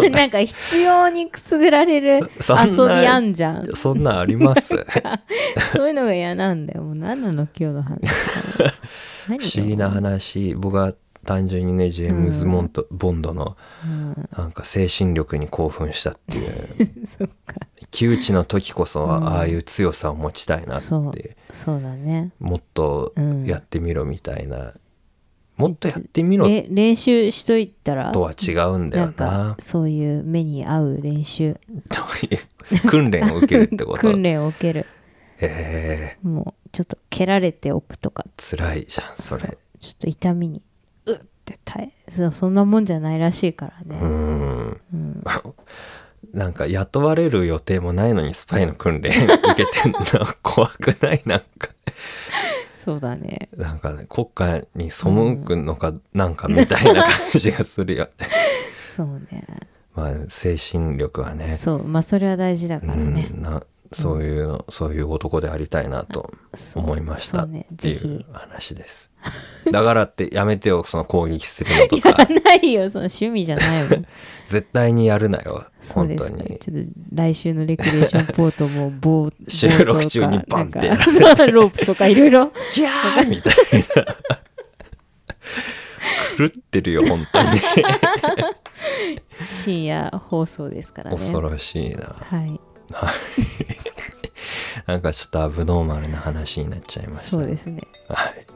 Speaker 1: る
Speaker 2: なんか必要にくすぐられる
Speaker 1: そん
Speaker 2: 遊
Speaker 1: な
Speaker 2: びあんじゃん
Speaker 1: そんなんあります
Speaker 2: そういうのが嫌なんだよもう何なの今日の 話何
Speaker 1: 不思議な話僕は単純にねジェームズ・モント、ボンドの
Speaker 2: うん
Speaker 1: なんか精神力に興奮したっていう
Speaker 2: そっか
Speaker 1: 窮地の時こそはああいう強さを持ちたいなって、
Speaker 2: そうそうだね
Speaker 1: もっとやってみろみたいな、もっとやってみろ
Speaker 2: れ練習しといたら
Speaker 1: とは違うんだ
Speaker 2: な
Speaker 1: よ
Speaker 2: んか
Speaker 1: な
Speaker 2: そういう目に合う練習
Speaker 1: という訓練を受けるって こと
Speaker 2: 訓練を受ける
Speaker 1: え
Speaker 2: もうちょっと蹴られておくとか
Speaker 1: ー、辛いじゃんそれ
Speaker 2: うちょっと痛みにうって耐えそうそんなもんじゃないらしいからね、
Speaker 1: うーんなんか雇われる予定もないのにスパイの訓練受けてんの怖くないなんか
Speaker 2: そうだね
Speaker 1: なんかね国家に背くのかなんかみたいな感じがするよ ね
Speaker 2: そうね
Speaker 1: まあ精神力はね
Speaker 2: そうまあそれは大事だからね
Speaker 1: うんなそういうの、そういう男でありたいなと
Speaker 2: そう
Speaker 1: 思いました
Speaker 2: そう
Speaker 1: っ
Speaker 2: ね
Speaker 1: て
Speaker 2: ぜ
Speaker 1: い
Speaker 2: ひ
Speaker 1: う話です、だからってやめてよその攻撃するのとか
Speaker 2: や ないよその趣味じゃないもん
Speaker 1: 絶対にやるなよ
Speaker 2: そう
Speaker 1: 本
Speaker 2: で
Speaker 1: 当
Speaker 2: すか
Speaker 1: に
Speaker 2: ちょっと来週のレクリエーションポートも棒
Speaker 1: 収録中にバンってやら
Speaker 2: 棒とかなんかそうロープとかいろいろ
Speaker 1: ギャーみたいな狂ってるよ本当に
Speaker 2: 深夜放送ですからね
Speaker 1: 恐ろしいな
Speaker 2: はい
Speaker 1: なんかちょっとアブノーマルな話になっちゃいました
Speaker 2: そう
Speaker 1: ね
Speaker 2: ですね
Speaker 1: はい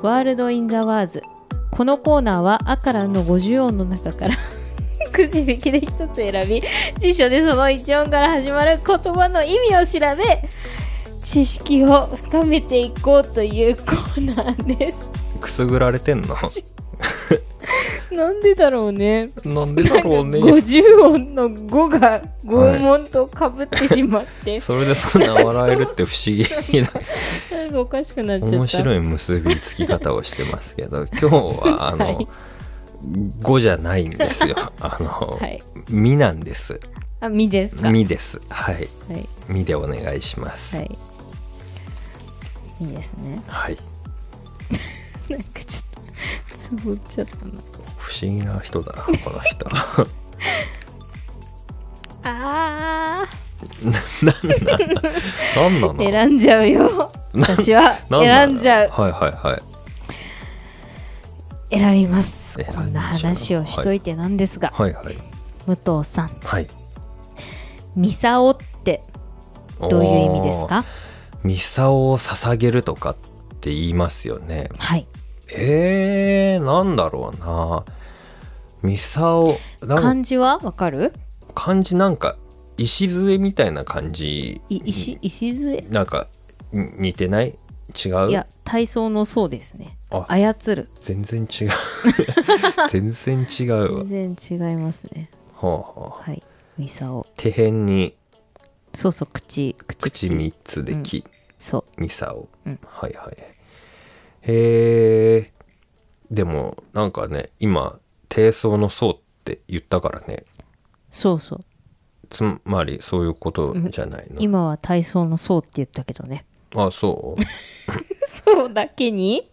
Speaker 2: ワールド・イン・ザ・ワーズこのコーナーは「あ」からの50音の中からくじ引きで一つ選び辞書でその一音から始まる言葉の意味を調べ知識を深めていこうというコーナーです
Speaker 1: くすぐられてん の
Speaker 2: なんでだろうね
Speaker 1: なんでだろうね
Speaker 2: 50音の5が拷問とかぶってしまって、
Speaker 1: それでそんな笑える って不思議な
Speaker 2: なんかおかしくなっちゃった
Speaker 1: 面白
Speaker 2: い
Speaker 1: い結びつき方をしてますけど今日はあの、
Speaker 2: はい
Speaker 1: 5じゃないんですよあの、
Speaker 2: はい
Speaker 1: みなんです
Speaker 2: あ「み」ですか
Speaker 1: みですはい
Speaker 2: はい
Speaker 1: みでお願いします
Speaker 2: はいいいですね
Speaker 1: はい、
Speaker 2: なんかちょっとつぼっちゃったな
Speaker 1: 不思議な人だなこの人
Speaker 2: あ
Speaker 1: 何なの
Speaker 2: ー選んじゃうよ私は
Speaker 1: 何なの
Speaker 2: 選んじゃう
Speaker 1: はいはいはい
Speaker 2: 選びます
Speaker 1: 選んじ
Speaker 2: こ
Speaker 1: ゃうん
Speaker 2: な話をしといてなんですが、
Speaker 1: はいはい
Speaker 2: 武藤さん
Speaker 1: はい
Speaker 2: 「ミサオ」ってどういう意味ですか
Speaker 1: ミサを捧げるとかって言いますよね
Speaker 2: はい
Speaker 1: えー、なんだろうなミサをなん
Speaker 2: 漢字はわかる
Speaker 1: 漢字なんか礎みたいな感じ
Speaker 2: い石石杖
Speaker 1: なんかに似てない違う
Speaker 2: いや体操のそうですね
Speaker 1: あ
Speaker 2: 操る
Speaker 1: 全然違う 全然違うわ、
Speaker 2: 全然違いますね
Speaker 1: はあはあ、
Speaker 2: はいミサオ
Speaker 1: 手辺に
Speaker 2: そうそう口口
Speaker 1: 口3つで木、
Speaker 2: そう
Speaker 1: ミサを、
Speaker 2: うん
Speaker 1: はいはいへえでもなんかね今低層の層って言ったからね
Speaker 2: そうそう
Speaker 1: つまりそういうことじゃないの、
Speaker 2: 今は体操の層って言ったけどね
Speaker 1: あそう
Speaker 2: そうだけに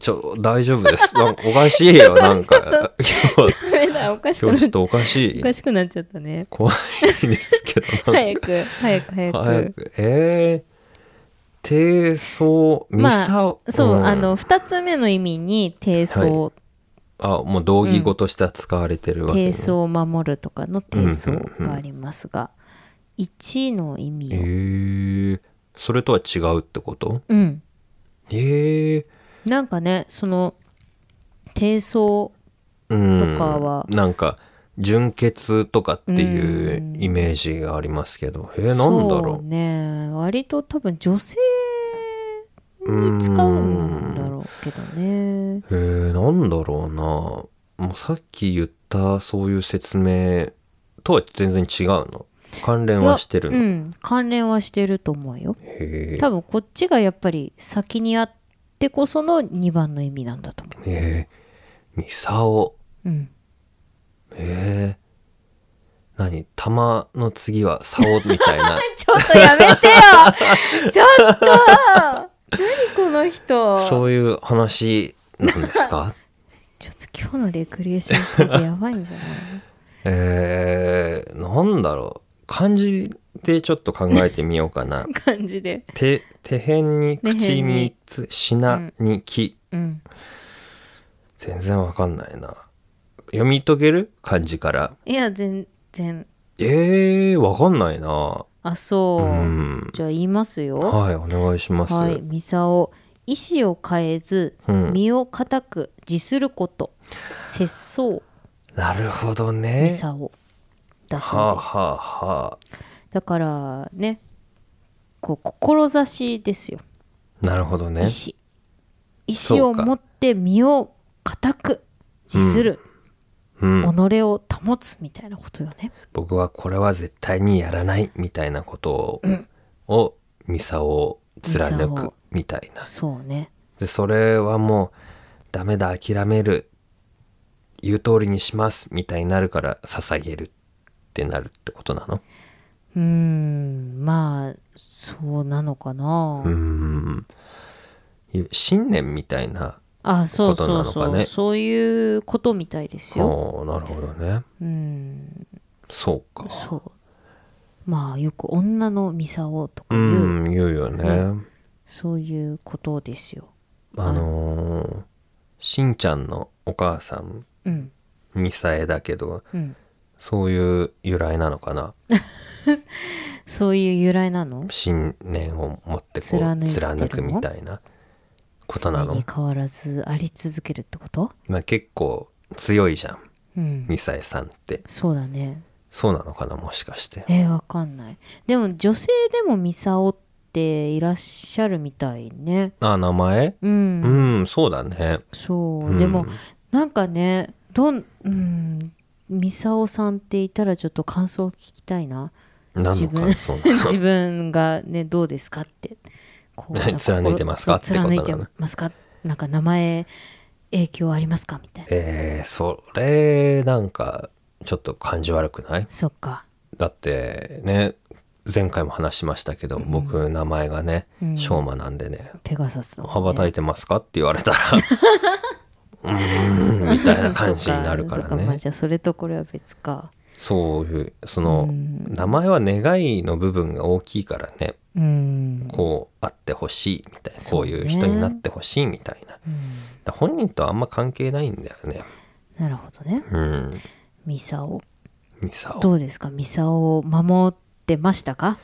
Speaker 1: ちょ大丈夫ですなんかおかしいよなんか今日
Speaker 2: ダメだおかしく
Speaker 1: 今
Speaker 2: なっ
Speaker 1: 日ち
Speaker 2: ち
Speaker 1: ょっとおかし
Speaker 2: お
Speaker 1: い
Speaker 2: かしくなっちゃったね
Speaker 1: 怖いですけど
Speaker 2: 早く早く早く
Speaker 1: 早くえー、低層ミ
Speaker 2: まあ
Speaker 1: サオ、
Speaker 2: そう、
Speaker 1: ん
Speaker 2: あの2つ目の意味に低層、
Speaker 1: あもう同義語としては使われてるわけ、ね
Speaker 2: 低層を守るとかの低層がありますが、1の意
Speaker 1: え
Speaker 2: 味を
Speaker 1: ー、それとは違うってこと
Speaker 2: うん
Speaker 1: ええ
Speaker 2: なんかねその低層
Speaker 1: うん、
Speaker 2: とかは
Speaker 1: なんか純血とかっていううんイメージがありますけど、えー、なんだ
Speaker 2: そう
Speaker 1: ろ
Speaker 2: ね割と多分女性
Speaker 1: う
Speaker 2: に使うんだ
Speaker 1: う
Speaker 2: ろうけどね
Speaker 1: ーんえー、なんだろうなもうさっき言ったそういう説明とは全然違うの関連はしてる
Speaker 2: いや
Speaker 1: の、
Speaker 2: うん関連はしてると思うよ
Speaker 1: へー
Speaker 2: 多分こっちがやっぱり先にあってこその2番の意味なんだと思
Speaker 1: えー、ミサオ
Speaker 2: ううん
Speaker 1: えー、何玉の次は竿みたいな
Speaker 2: ちょっとやめて よちょっと何この人
Speaker 1: そういう話なんです か
Speaker 2: ちょっと今日のレクリエーションってやばい んじゃない
Speaker 1: えー、なんだろう漢字でちょっと考えてみようか な
Speaker 2: 感じで
Speaker 1: 手手辺に
Speaker 2: 手
Speaker 1: 口
Speaker 2: 辺
Speaker 1: 三
Speaker 2: に
Speaker 1: つ品に木、
Speaker 2: うん
Speaker 1: 全然わかんないな読み解ける漢字から
Speaker 2: いや全然
Speaker 1: えー、わかんないな
Speaker 2: あそうう、
Speaker 1: ん
Speaker 2: じゃあ言いますよ
Speaker 1: はいお願いします、
Speaker 2: はい、ミサオ意思を変えず、
Speaker 1: うん
Speaker 2: 身を固く自すること節操
Speaker 1: なるほどね
Speaker 2: ミサオだそう
Speaker 1: はあ
Speaker 2: です、
Speaker 1: はあはあ
Speaker 2: だからねこう志ですよ
Speaker 1: なるほど
Speaker 2: 意
Speaker 1: ね
Speaker 2: 志意
Speaker 1: そう
Speaker 2: 志
Speaker 1: か
Speaker 2: を持って身を固く自する、
Speaker 1: うん
Speaker 2: 己を保つみたいなことよね
Speaker 1: 僕はこれは絶対にやらないみたいなことを,、をミサオを貫
Speaker 2: ミサ
Speaker 1: く
Speaker 2: オ
Speaker 1: みたいな
Speaker 2: そうね
Speaker 1: でそれはもうダメだ諦める言う通りにしますみたいになるから捧げるってなるってことなの
Speaker 2: うーんまあそうなのかな、
Speaker 1: うーんいう信念みたいな
Speaker 2: あそ
Speaker 1: こ
Speaker 2: う
Speaker 1: と
Speaker 2: そ
Speaker 1: な
Speaker 2: う
Speaker 1: の
Speaker 2: そ
Speaker 1: か
Speaker 2: う、
Speaker 1: ね
Speaker 2: そういうことみたいですよ。
Speaker 1: おーなるほどね
Speaker 2: うん
Speaker 1: そうか
Speaker 2: そうまあよく女のミサオとか
Speaker 1: う
Speaker 2: いう、
Speaker 1: ん言うよね、
Speaker 2: そういうことですよ。
Speaker 1: あのーしんちゃんのお母さん
Speaker 2: うん
Speaker 1: ミサエだけど
Speaker 2: うん、
Speaker 1: そういう由来なのかな
Speaker 2: そういう由来なの
Speaker 1: 信念を持ってこう
Speaker 2: 貫い
Speaker 1: 貫
Speaker 2: てるの
Speaker 1: くみたいなことな
Speaker 2: 常
Speaker 1: の
Speaker 2: に、変わらずあり続けるってこと
Speaker 1: まあ、結構強いじゃん
Speaker 2: うん
Speaker 1: ミサエさんって
Speaker 2: そうだね。
Speaker 1: そうなのかなもしかして
Speaker 2: えー、わかんない。でも女性でもミサオっていらっしゃるみたいね。
Speaker 1: あ名前
Speaker 2: うん
Speaker 1: うん、そうだね
Speaker 2: そう、
Speaker 1: うん
Speaker 2: でもなんかねどんうんミサオさんっていたらちょっと感想を聞きたいな
Speaker 1: 何
Speaker 2: 自
Speaker 1: の
Speaker 2: 分
Speaker 1: 感想
Speaker 2: 自分がねどうですかって こなんか
Speaker 1: 貫いてますかってこ
Speaker 2: そう
Speaker 1: となのね
Speaker 2: 貫いてますかなんか名前影響ありますかみたいな
Speaker 1: えー、それなんかちょっと感じ悪くない
Speaker 2: そっか
Speaker 1: だってね前回も話しましたけど、僕名前がね、
Speaker 2: うん
Speaker 1: しょうまなんでね
Speaker 2: ペガサスの、ね、
Speaker 1: 羽ばたいてますかって言われた らうーんみたいな感じになるか
Speaker 2: そ
Speaker 1: ら
Speaker 2: っまあ、
Speaker 1: ね
Speaker 2: じゃあそれとこれは別か
Speaker 1: そういうその
Speaker 2: うん
Speaker 1: 名前は願いの部分が大きいからね
Speaker 2: うん
Speaker 1: こうあってほしいみたいな
Speaker 2: そ
Speaker 1: こ
Speaker 2: う
Speaker 1: う
Speaker 2: ね
Speaker 1: いう人になってほしいみたいなだか
Speaker 2: うん
Speaker 1: ら本人とあんま関係ないんだよね
Speaker 2: なるほどね
Speaker 1: うん
Speaker 2: ミサオ
Speaker 1: ミサ
Speaker 2: ど
Speaker 1: を
Speaker 2: うですかミサオを守ってまし たか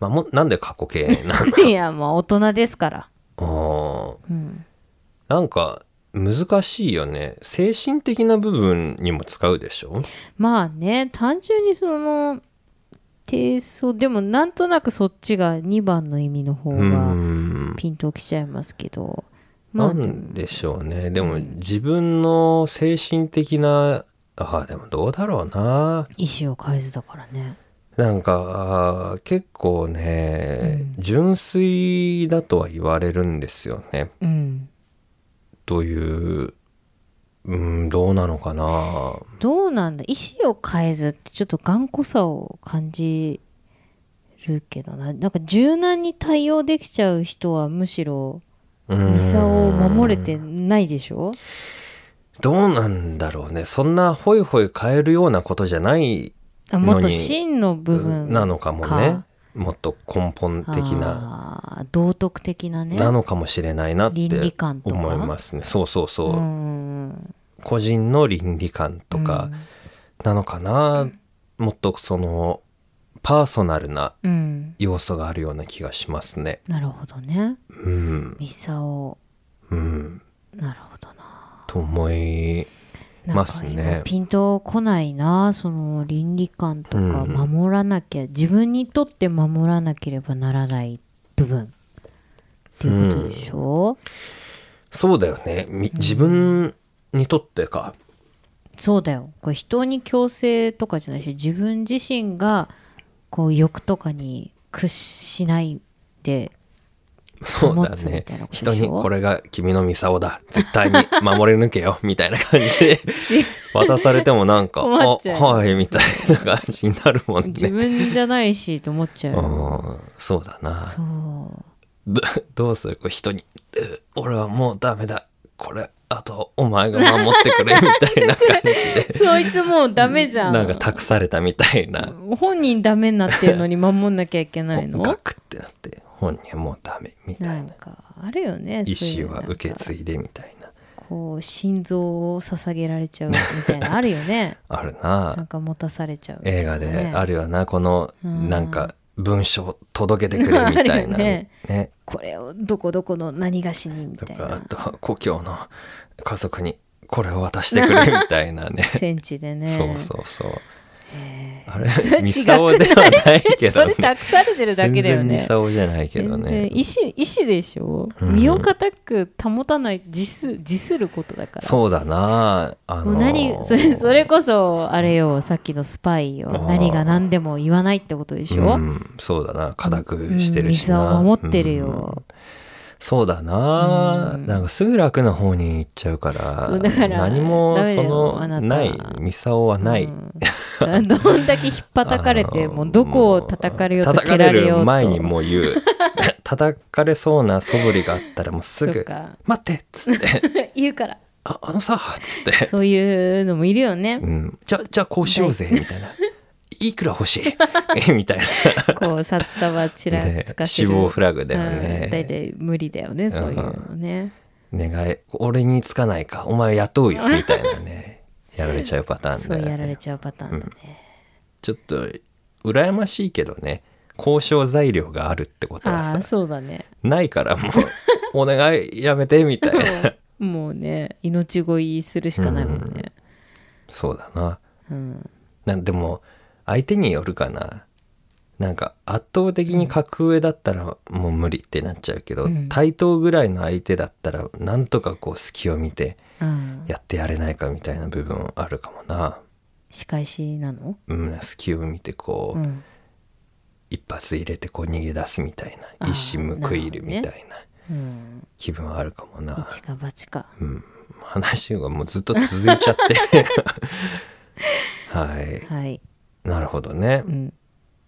Speaker 1: まあ、もなん で過去形な
Speaker 2: いやまあ大人ですから
Speaker 1: のあー
Speaker 2: うん
Speaker 1: なんか難しいよね精神的な部分にも使うでしょ
Speaker 2: まあね単純にその低層でもなんとなくそっちが2番の意味の方
Speaker 1: う
Speaker 2: が
Speaker 1: ん
Speaker 2: ピンときちゃいますけど、ま
Speaker 1: な
Speaker 2: あでも
Speaker 1: んでしょうねでも自分の精神的なあーでもどうだろうな
Speaker 2: 意思を変えずだからね
Speaker 1: なんかあー結構ね、純粋だとは言われるんですよね
Speaker 2: うん
Speaker 1: といううんどうなのかな
Speaker 2: どうなんだ意思を変えずってちょっと頑固さを感じるけどななんか柔軟に対応できちゃう人はむしろ
Speaker 1: うん
Speaker 2: ミサオを守れてないでしょ
Speaker 1: どうなんだろうねそんなホイホイ変えるようなことじゃない
Speaker 2: あもっと真の部分
Speaker 1: なのかもねもっと根本的な
Speaker 2: な道徳的なね
Speaker 1: なのかもしれないなって
Speaker 2: 倫理観とか
Speaker 1: 思いますねそうそうそう、
Speaker 2: うん
Speaker 1: 個人の倫理観とかなのかな、もっとそのパーソナルな
Speaker 2: うん、うん
Speaker 1: 要素があるような気がしますね
Speaker 2: なるほどね
Speaker 1: うん
Speaker 2: ミサオ
Speaker 1: うん
Speaker 2: なるほどな
Speaker 1: と思い
Speaker 2: なん
Speaker 1: ます
Speaker 2: か
Speaker 1: ね
Speaker 2: 今ピンとこないなその倫理観とか
Speaker 1: うんうん
Speaker 2: 守らなきゃ、自分にとって守らなければならない部分っていうことでしょ、
Speaker 1: そうだよねみ自分にとってか
Speaker 2: そうだよこれ人に強制とかじゃないし自分自身がこう欲とかに屈しない で
Speaker 1: そうだ
Speaker 2: 保つみ
Speaker 1: ね
Speaker 2: たいなことでしょ
Speaker 1: 人にこれが君のミサオだ絶対に守り抜け よみたいな感じで渡されてもなんか「あ
Speaker 2: 困っちゃう
Speaker 1: はい」みたいな感じになるもん
Speaker 2: 自
Speaker 1: ね
Speaker 2: 分じゃないしと思っちゃう
Speaker 1: う
Speaker 2: よ
Speaker 1: んそうだな
Speaker 2: そう
Speaker 1: ど どうするこう人に「う俺はもうダメだこれあとお前が守ってくれ」みたいな感じで
Speaker 2: そいつもうダメじゃん
Speaker 1: なんか託されたみたいな
Speaker 2: 本人ダメになってるのに守んなきゃいけないの
Speaker 1: ガクってなって本人はもうダメみた
Speaker 2: ないん
Speaker 1: な
Speaker 2: かあるよね
Speaker 1: 意
Speaker 2: そういう
Speaker 1: 思
Speaker 2: なん
Speaker 1: は
Speaker 2: か
Speaker 1: 受け継いでみたいな
Speaker 2: こう心臓を捧げられちゃうみたいなあるよ ね
Speaker 1: ある
Speaker 2: なん
Speaker 1: な
Speaker 2: か持たされちゃうみた
Speaker 1: 映
Speaker 2: いな
Speaker 1: 画
Speaker 2: ね、
Speaker 1: であるよなこの
Speaker 2: うん
Speaker 1: なんか文章届けてくれみたいな
Speaker 2: あるよね
Speaker 1: ね
Speaker 2: これをどこどこの何がしにみ
Speaker 1: と
Speaker 2: たい
Speaker 1: かあ
Speaker 2: な
Speaker 1: と故郷の家族にこれを渡してくれみたいなね
Speaker 2: 戦地でね
Speaker 1: そうそうそうあ
Speaker 2: それ
Speaker 1: れ
Speaker 2: 違くない
Speaker 1: ミサオではない けど
Speaker 2: それ託されてるだけだよ
Speaker 1: 全然ミ
Speaker 2: ね
Speaker 1: サオじゃないけど
Speaker 2: 全然
Speaker 1: ね
Speaker 2: 意思意思でしょ、
Speaker 1: うん
Speaker 2: 身を固く保たない自す自することだから
Speaker 1: そうだなあの
Speaker 2: もう
Speaker 1: ー
Speaker 2: 何それそれこそあれよさっきのスパイよ
Speaker 1: あー
Speaker 2: 何が何でも言わないってことでしょ、
Speaker 1: うん、そうだな固くしてるし
Speaker 2: うん水
Speaker 1: な、
Speaker 2: を守ってる
Speaker 1: うん
Speaker 2: よ、
Speaker 1: そうだな、
Speaker 2: うん
Speaker 1: なんかすぐ楽な方に行っちゃうから
Speaker 2: そうだから
Speaker 1: 何も
Speaker 2: ダメ
Speaker 1: そ
Speaker 2: だよ
Speaker 1: の
Speaker 2: あなた
Speaker 1: ないミサオはない、
Speaker 2: うん どんだけ引っ叩かれて
Speaker 1: あの
Speaker 2: もうどこを叩かれようと
Speaker 1: 叩
Speaker 2: 蹴
Speaker 1: かられ
Speaker 2: れよう
Speaker 1: る
Speaker 2: と
Speaker 1: 前にもう言 う叩かれそうな素振りがあったらもうす
Speaker 2: そう
Speaker 1: ぐ
Speaker 2: か
Speaker 1: 「待って」っつって
Speaker 2: 言うから
Speaker 1: 「ああのさ」っつって
Speaker 2: そういうのもいるよね
Speaker 1: うん、じゃじゃあこうしようぜみたいないくら欲しい えみたいな
Speaker 2: こう札束ちら
Speaker 1: で
Speaker 2: つかせ
Speaker 1: 死
Speaker 2: る
Speaker 1: 亡フラグだよ
Speaker 2: うん大
Speaker 1: ね、
Speaker 2: 体無理だよねそういうのね
Speaker 1: 願い俺につかないかお前雇うよみたいなねやられちゃうパターン
Speaker 2: そ
Speaker 1: だ
Speaker 2: う
Speaker 1: よ
Speaker 2: やら
Speaker 1: ね
Speaker 2: れちゃうパターンだね
Speaker 1: ちょっと羨ましいけどね交渉材料があるってこと
Speaker 2: あ
Speaker 1: は
Speaker 2: あ
Speaker 1: さ
Speaker 2: そうだね
Speaker 1: ないからもうお願いやめてみたい な
Speaker 2: もうね命乞いするしかないもんね
Speaker 1: そうだな
Speaker 2: うん
Speaker 1: なんでも相手によるかななんか圧倒的に格上だったらもう無理ってなっちゃうけど、
Speaker 2: うん
Speaker 1: 対等ぐらいの相手だったらなんとかこう隙を見て
Speaker 2: うん
Speaker 1: やってやれないかみたいな部分あるかもな、
Speaker 2: 仕返しなの
Speaker 1: うん、隙を見てこう、
Speaker 2: うん
Speaker 1: 一発入れてこう逃げ出すみたい
Speaker 2: あ
Speaker 1: な
Speaker 2: ー
Speaker 1: 一矢報いるみたいな
Speaker 2: うん
Speaker 1: 気分はあるかもな、
Speaker 2: 一か八か
Speaker 1: うん、話がもうずっと続いちゃって はい
Speaker 2: はい
Speaker 1: なるほどね
Speaker 2: うん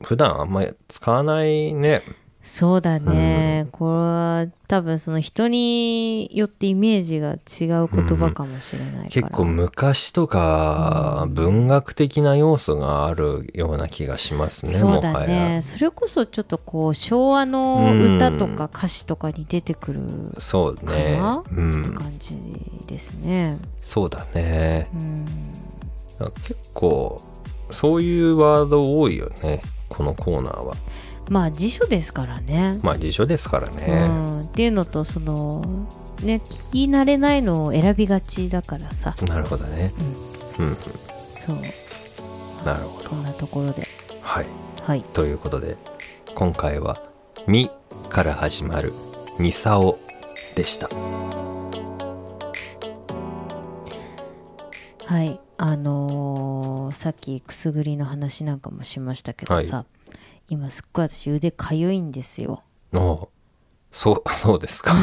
Speaker 1: 普段あんまり使わないね
Speaker 2: そうだね、これは多分その人によってイメージが違う言葉かもしれないから、
Speaker 1: 結構昔とか文学的な要素があるような気がしますね
Speaker 2: そう
Speaker 1: も
Speaker 2: だ
Speaker 1: はや
Speaker 2: ねそれこそちょっとこう昭和の歌とか歌詞とかに出てくる
Speaker 1: そう
Speaker 2: か
Speaker 1: ね
Speaker 2: な、
Speaker 1: う
Speaker 2: って
Speaker 1: ん
Speaker 2: 感じですね、
Speaker 1: そうだね
Speaker 2: うん、
Speaker 1: なんか結構そういうワード多いよねこのコーナーは
Speaker 2: まあ辞書ですからね、
Speaker 1: まあ辞書ですからね、
Speaker 2: うん、っていうのとそのね聞き慣れないのを選びがちだからさ、
Speaker 1: なるほどね
Speaker 2: うん、
Speaker 1: うん
Speaker 2: そう
Speaker 1: なるほど
Speaker 2: そんなところで
Speaker 1: はい
Speaker 2: はい
Speaker 1: ということで今回は「み」から始まる「みさお」でした
Speaker 2: はいあのーさっきくすぐりの話なんかもしましたけどさ、今すっごい私腕かゆいんですよ
Speaker 1: おうそう、そうですか。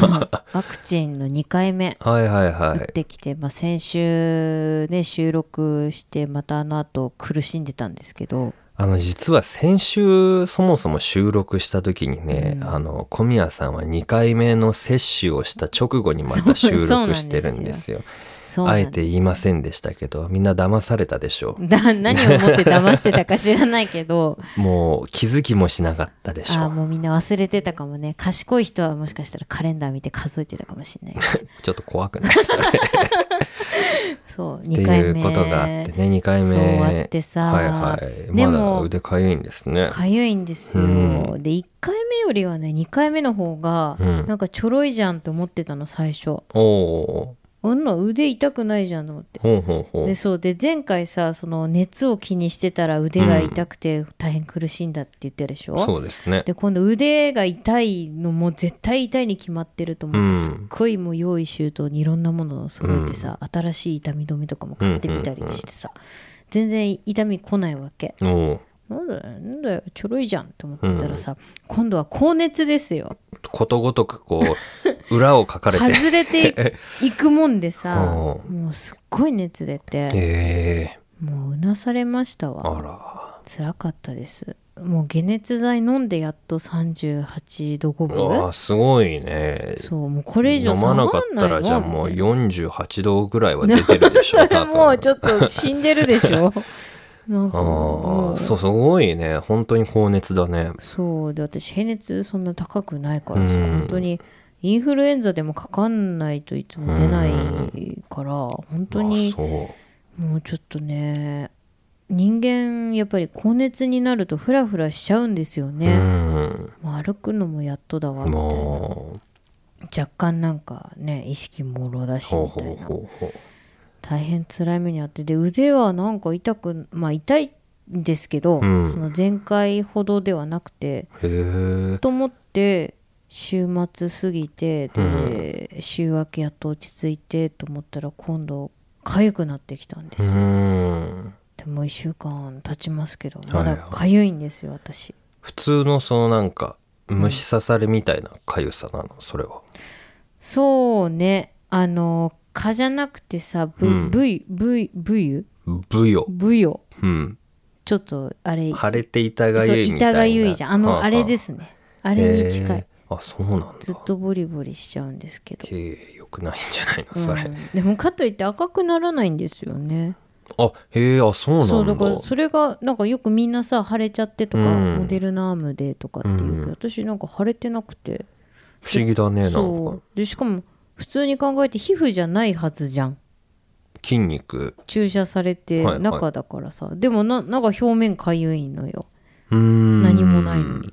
Speaker 2: ワクチンの2回目
Speaker 1: はいはい
Speaker 2: 打
Speaker 1: はい。
Speaker 2: ってきて、まあ、先週ね収録してまたあの後苦しんでたんですけど
Speaker 1: あの、実は先週、そもそも収録した時にね、
Speaker 2: うん
Speaker 1: あの、小宮さんは2回目の接種をした直後にまた収
Speaker 2: そうそうなん
Speaker 1: 録
Speaker 2: で
Speaker 1: して
Speaker 2: すよ
Speaker 1: るんですよ。
Speaker 2: そうな
Speaker 1: あ
Speaker 2: ん
Speaker 1: え
Speaker 2: です
Speaker 1: て言いませんでしたけど、みんな騙されたでしょ
Speaker 2: な何を思って騙してたか知らないけど
Speaker 1: う。もう気づきもしなかった でし
Speaker 2: あ
Speaker 1: ょ
Speaker 2: あ
Speaker 1: う。
Speaker 2: もうみんな忘れてたかもね賢い人はもしかしたらカレンダー見て数えてたかもしれ な い
Speaker 1: ちょっと怖くないですかね。
Speaker 2: そう
Speaker 1: って
Speaker 2: 2回
Speaker 1: い
Speaker 2: 目
Speaker 1: うことがあってね、2回目。
Speaker 2: そう終わってさ
Speaker 1: はいはい。
Speaker 2: で
Speaker 1: ま
Speaker 2: も
Speaker 1: だ腕かゆいんですね。
Speaker 2: かゆいんですよ、
Speaker 1: うん
Speaker 2: で1回目よりはね2回目の方が
Speaker 1: うん
Speaker 2: なんかちょろいじゃんと思ってたの最初、
Speaker 1: おお
Speaker 2: あんな腕痛くないじゃんと思って
Speaker 1: ー。ほうほうほう
Speaker 2: で。そうで前回さその熱を気にしてたら腕が痛くて大変苦しいんだって言ってるでしょ、
Speaker 1: そうですね。
Speaker 2: で今度腕が痛いのも絶対痛いに決まってると思って、
Speaker 1: うん
Speaker 2: すっごいもう用意周到にいろんなものを揃えてさ、新しい痛み止めとかも買ってみたりしてさ、全然痛み来ないわけ
Speaker 1: おおー。
Speaker 2: なんだよなんだよちょろいじゃんと思ってたらさ、今度は高熱ですよ
Speaker 1: ことごとくこう裏を書かれ て
Speaker 2: 外れていいくもんでさ
Speaker 1: う
Speaker 2: もうすっごい熱出て
Speaker 1: ええ
Speaker 2: もううなされましたわ
Speaker 1: あら
Speaker 2: 辛かったですもう解熱剤飲んでやっと38度5
Speaker 1: う
Speaker 2: 分
Speaker 1: わすごいね
Speaker 2: そうもうこれ以上
Speaker 1: 飲
Speaker 2: 下
Speaker 1: ま
Speaker 2: がんな
Speaker 1: な
Speaker 2: いわ
Speaker 1: かったらじゃあもう
Speaker 2: み
Speaker 1: 48度ぐらいは出てるでしょ
Speaker 2: たい なそれもうち
Speaker 1: ょっ
Speaker 2: ょっと死んでるでし ょなんかも
Speaker 1: あ
Speaker 2: う
Speaker 1: あそうすごいね本当に高熱だね
Speaker 2: そうで私平熱そんな高くないからさ、
Speaker 1: うん
Speaker 2: 本当にインフルエンザでもかかんないといつも出ないから、本当に
Speaker 1: あそう
Speaker 2: もうちょっとね人間やっぱり高熱になるとフラフラしちゃうんですよ
Speaker 1: う
Speaker 2: ね、
Speaker 1: ん
Speaker 2: もう歩くのもやっとだわみたいな
Speaker 1: もう
Speaker 2: 若干なんかね意識もろだし
Speaker 1: ほう
Speaker 2: みた
Speaker 1: ほ
Speaker 2: いうな
Speaker 1: ほうほう
Speaker 2: 大変辛い目にあってで腕はなんか痛くまあ痛いんですけど、
Speaker 1: うん
Speaker 2: その前回ほどではなくて
Speaker 1: へえ
Speaker 2: と思って週末過ぎてで、週明けやっと落ち着いてと思ったら今度痒くなってきたんで
Speaker 1: う
Speaker 2: すよ、
Speaker 1: ん
Speaker 2: でも1週間経ちますけど
Speaker 1: は
Speaker 2: ま
Speaker 1: いはい
Speaker 2: だ痒いんですよ私
Speaker 1: 普通のそのなんか虫刺されみたいな痒さなのそれは
Speaker 2: そうねあの蚊じゃなくてさブ
Speaker 1: うん
Speaker 2: ブイブイブイ
Speaker 1: ブヨ
Speaker 2: ブヨ
Speaker 1: うん
Speaker 2: ちょっとあれ
Speaker 1: 腫れて痛が
Speaker 2: そう
Speaker 1: ゆいみたいな
Speaker 2: 板がゆいじゃんあの、
Speaker 1: はは
Speaker 2: あれですねあれに近い、
Speaker 1: へーあそうなんだ
Speaker 2: ずっとボリボリしちゃうんですけど、
Speaker 1: へえよくないんじゃないのそれ、
Speaker 2: うんでもかといって赤くならないんですよね
Speaker 1: あへえあそうなんだ
Speaker 2: そうだからそれがなんかよくみんなさ腫れちゃってとか、
Speaker 1: うん
Speaker 2: モデルナアームでとかっていうけど、
Speaker 1: うん
Speaker 2: 私なんか腫れてなくて、
Speaker 1: 不思議だねなん
Speaker 2: そ
Speaker 1: か
Speaker 2: うでしかも普通に考えて皮膚じゃないはずじゃん
Speaker 1: 筋肉
Speaker 2: 注射されて
Speaker 1: はいはい
Speaker 2: 中だからさ、でもななんか表面かゆいのよ
Speaker 1: うーん
Speaker 2: 何もないのに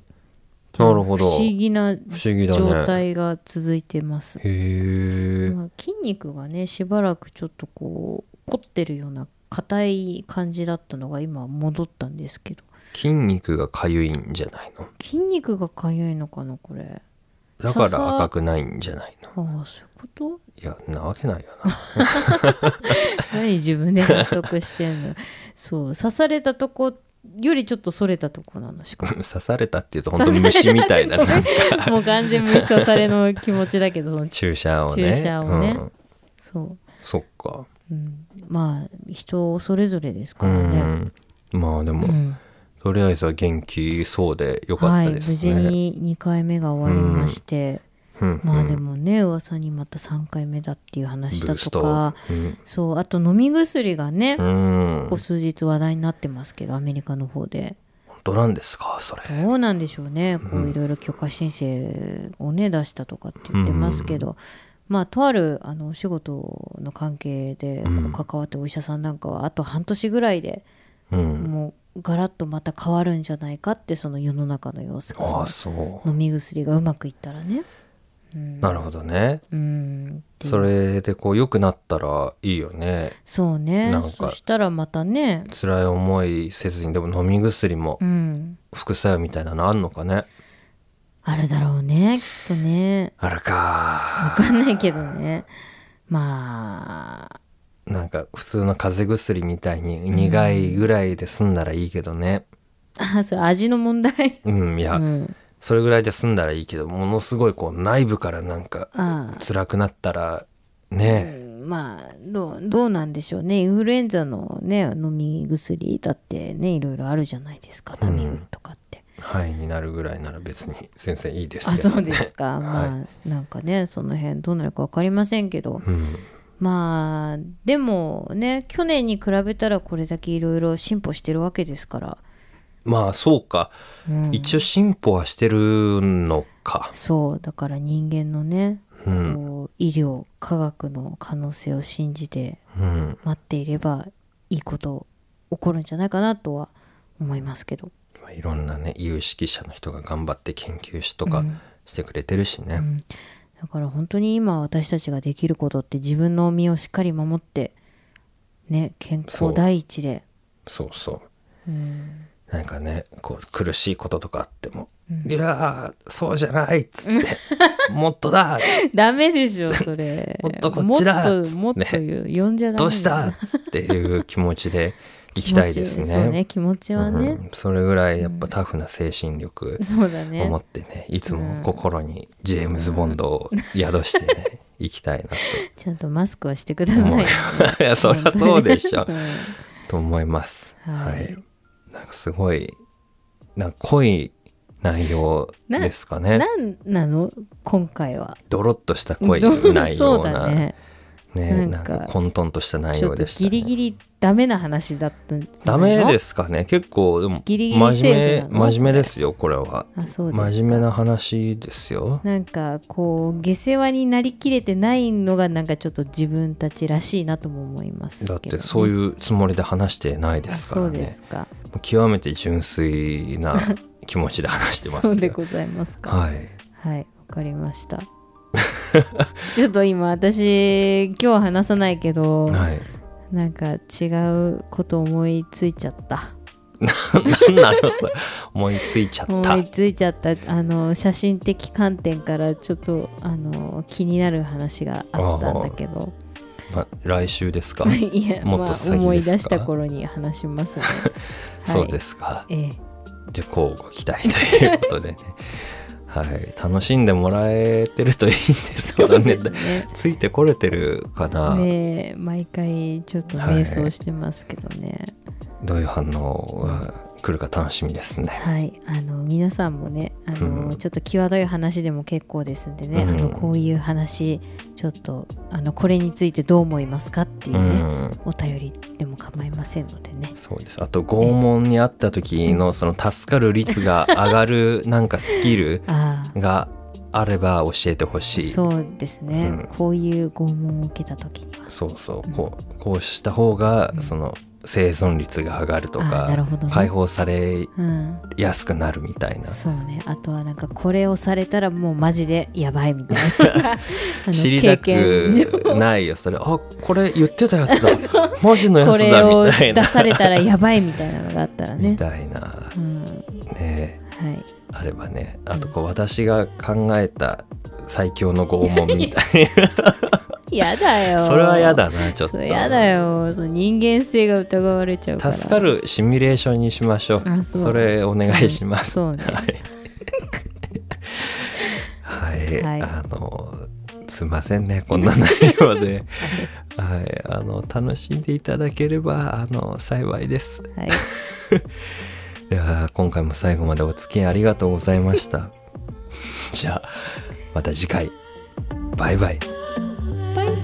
Speaker 1: なるほど
Speaker 2: 不思議な
Speaker 1: 不思議だね
Speaker 2: 状態が続いてます、
Speaker 1: へえ
Speaker 2: まあ、筋肉がねしばらくちょっとこう凝ってるような硬い感じだったのが今戻ったんですけど
Speaker 1: 筋肉がかゆいんじゃないの
Speaker 2: 筋肉がかゆいのかなこれ
Speaker 1: だから赤くないんじゃないの
Speaker 2: ああそういうこと
Speaker 1: いやなわけないよ な
Speaker 2: 何自分で納得してんのそう刺されたとこよりちょっとそれたとこなのしか
Speaker 1: 刺されたっていうと本当に虫みたいななんか
Speaker 2: ももう完全虫刺されの気持ちだけどその
Speaker 1: 注射をね
Speaker 2: 注射をね
Speaker 1: うん、
Speaker 2: そ
Speaker 1: そっか
Speaker 2: う、うん、まあ人それぞれです
Speaker 1: う
Speaker 2: からね
Speaker 1: んまあでも、
Speaker 2: うん
Speaker 1: とりあえずは元気そうでよか
Speaker 2: は
Speaker 1: っ
Speaker 2: い
Speaker 1: た
Speaker 2: 無
Speaker 1: です
Speaker 2: 事
Speaker 1: ね、
Speaker 2: に2回目が終わりまして、
Speaker 1: うん
Speaker 2: まあ
Speaker 1: うん
Speaker 2: でもね噂にまた3回目だっていう話だとか
Speaker 1: ブース
Speaker 2: そうあと飲み薬がね、
Speaker 1: トう
Speaker 2: こ
Speaker 1: ん、うん
Speaker 2: こ数日話題になってますけどアメリカの方で
Speaker 1: 本当なんですかそれ
Speaker 2: どうなんでしょうねこういろいろ許可申請をね出したとかって言ってますけど、まあとあるあのお仕事の関係でこう関わってお医者さんなんかはあと半年ぐらいで
Speaker 1: うん
Speaker 2: もうガラッとまた変わるんじゃないかってその世の中の様子が
Speaker 1: あ
Speaker 2: そ
Speaker 1: あそ
Speaker 2: の飲み薬がうまくいったらね。
Speaker 1: うなるほどね
Speaker 2: うんっていう
Speaker 1: それでこう良くなったらいいよね
Speaker 2: そうね
Speaker 1: なんか
Speaker 2: そしたらまたね
Speaker 1: 辛い思いせずにでも飲み薬も
Speaker 2: うん
Speaker 1: 副作用みたいなのあんのかね
Speaker 2: あるだろうねきっ とね
Speaker 1: あるか
Speaker 2: わかんないけどねまあ
Speaker 1: なんか普通の風邪薬みたいに苦いぐらいで済んだらいいけどね
Speaker 2: あそう味の問題
Speaker 1: うん、いうや、
Speaker 2: ん
Speaker 1: それぐらいで済んだらいいけどものすごいこう内部からなんか
Speaker 2: あ
Speaker 1: 辛くなったら
Speaker 2: あ、う
Speaker 1: ね
Speaker 2: んまあどうどうなんでしょうねインフルエンザのね飲み薬だってねいろいろあるじゃないですかタミフルとかって、
Speaker 1: 範囲になるぐらいなら別に先生いいです
Speaker 2: あ
Speaker 1: けど
Speaker 2: そうですか、
Speaker 1: はい
Speaker 2: まあなんかねその辺どうなるか分かりませんけど、
Speaker 1: うん
Speaker 2: まあでもね去年に比べたらこれだけいろいろ進歩してるわけですから、
Speaker 1: まあそうか、
Speaker 2: うん、
Speaker 1: 一応進歩はしてるのか
Speaker 2: そうだから人間のね、
Speaker 1: うん
Speaker 2: こう医療科学の可能性を信じて
Speaker 1: うん
Speaker 2: 待っていればいいこと起こるんじゃないかなとは思いますけど、
Speaker 1: まあいろんなね有識者の人が頑張って研究しとかしてくれてるしね、
Speaker 2: うん、だから本当に今私たちができることって自分の身をしっかり守ってね健
Speaker 1: そ
Speaker 2: 康
Speaker 1: う
Speaker 2: 第一で
Speaker 1: そうそう
Speaker 2: うん、
Speaker 1: なんかねこう苦しいこととかあっても「いやーそうじゃない」っつって 「もっとだ!」
Speaker 2: ダメでしょそれ
Speaker 1: もっとこっちだ
Speaker 2: もっ
Speaker 1: つっ
Speaker 2: と
Speaker 1: て
Speaker 2: もっと言う、呼んじゃダメだよ
Speaker 1: どうしたっつっていう気持ちで行きたいです
Speaker 2: 気持ちそう
Speaker 1: ね。
Speaker 2: ね気持ちはね、
Speaker 1: うんそれぐらいやっぱタフな精神力
Speaker 2: そうだ
Speaker 1: を持
Speaker 2: ね
Speaker 1: ってねいつも心にジェームズ・ボンドを宿して ね行きたいな
Speaker 2: ちゃんとマスクをしてくださいね
Speaker 1: といやそりゃそうでしょ
Speaker 2: うん
Speaker 1: と思います。
Speaker 2: はい
Speaker 1: はい、なんかすごいなんか濃い内容ですかね。
Speaker 2: なんなの今回は
Speaker 1: ドロッとした濃い
Speaker 2: どう
Speaker 1: 内
Speaker 2: そ
Speaker 1: 容
Speaker 2: う
Speaker 1: な
Speaker 2: だね
Speaker 1: ね
Speaker 2: な
Speaker 1: なんん
Speaker 2: か
Speaker 1: か混沌とした内
Speaker 2: ちょ
Speaker 1: 容
Speaker 2: っと
Speaker 1: でした、ね、
Speaker 2: ギリギリダメな話だったんじゃ
Speaker 1: ダ
Speaker 2: ないの
Speaker 1: メですかね結構でも
Speaker 2: ギリギリ
Speaker 1: 真面
Speaker 2: セーフな
Speaker 1: 目
Speaker 2: の
Speaker 1: 真面目ですよこれは
Speaker 2: あそうです
Speaker 1: 真面目な話ですよ
Speaker 2: なんかこう下世話になりきれてないのがなんかちょっと自分たちらしいなとも思います
Speaker 1: だっ
Speaker 2: けど、
Speaker 1: てそう
Speaker 2: う
Speaker 1: いうつもりで話してないですから
Speaker 2: そうで
Speaker 1: ね
Speaker 2: すか
Speaker 1: もう極めて純粋な気持ちで話してます
Speaker 2: そうで
Speaker 1: よ
Speaker 2: ございますか
Speaker 1: はい
Speaker 2: はいわかりましたちょっと今私今日話さないけど、
Speaker 1: はい
Speaker 2: なんか違うこと思いついちゃった
Speaker 1: 何なのそれ思いついちゃった
Speaker 2: 思いついちゃったあの写真的観点からちょっとあの気になる話があったんだけど
Speaker 1: ま来週ですか
Speaker 2: いや
Speaker 1: もっと
Speaker 2: まあ、思
Speaker 1: 先で
Speaker 2: い
Speaker 1: すか、
Speaker 2: 出した頃に話しますね
Speaker 1: そう
Speaker 2: は
Speaker 1: で
Speaker 2: い
Speaker 1: すか
Speaker 2: え え
Speaker 1: じゃあ交互期待ということでねはい楽しんでもらえてるといいんですけ
Speaker 2: そ
Speaker 1: ど
Speaker 2: う
Speaker 1: ね
Speaker 2: ですね。
Speaker 1: ついてこれてるかな、
Speaker 2: ねえ毎回ちょっと
Speaker 1: はい
Speaker 2: 迷走してますけどね。
Speaker 1: どういう反応が来るか楽しみですね。
Speaker 2: はい、あの皆さんもね、あ
Speaker 1: う
Speaker 2: の、
Speaker 1: ん
Speaker 2: ちょっと際どい話でも結構ですんでね、
Speaker 1: うん
Speaker 2: あのこういう話ちょっとあのこれについてどう思いますかっていう
Speaker 1: う
Speaker 2: ね、
Speaker 1: ん、
Speaker 2: お便りでも構いませんのでね。
Speaker 1: そうですあと拷問にあった時のその助かる率が上がるなんかスキル
Speaker 2: ああ、
Speaker 1: があれば教えてほしい。
Speaker 2: そうですね、
Speaker 1: うん
Speaker 2: こういう拷問を受けた時には。
Speaker 1: そうそうこうこうした方が
Speaker 2: うん
Speaker 1: その生存率が上がると
Speaker 2: あなる
Speaker 1: か
Speaker 2: ほどね
Speaker 1: 解放され
Speaker 2: うん、
Speaker 1: やすくなるみたいな
Speaker 2: そうねあとはなんかこれをされたらもうマジでやばいみたい なあの
Speaker 1: 知りた
Speaker 2: 経験上
Speaker 1: くないよそれあこれ言ってたや つだマジのやつ
Speaker 2: これ
Speaker 1: だ
Speaker 2: を
Speaker 1: みたい
Speaker 2: 出
Speaker 1: な、
Speaker 2: されたらやばいみたいなのがあったらね
Speaker 1: み。たいな
Speaker 2: うん、は
Speaker 1: ね
Speaker 2: い。
Speaker 1: あればねあとこう私が考えた最強の拷問みたい
Speaker 2: やだ よ。
Speaker 1: なそれは嫌だなちょっ
Speaker 2: そ
Speaker 1: と
Speaker 2: れやだよ。その人間性が疑われちゃうから。
Speaker 1: 助かるシミュレーションにしましょう
Speaker 2: あ
Speaker 1: そ
Speaker 2: そう
Speaker 1: れお願いします、
Speaker 2: そうね。
Speaker 1: はい、
Speaker 2: はい
Speaker 1: あのすいませんねこんな内容ではいあの楽しんでいただければあの幸いです
Speaker 2: はい。
Speaker 1: では今回も最後までお付き合いありがとうございましたじゃあまた次回バイバイ
Speaker 2: バイバイ。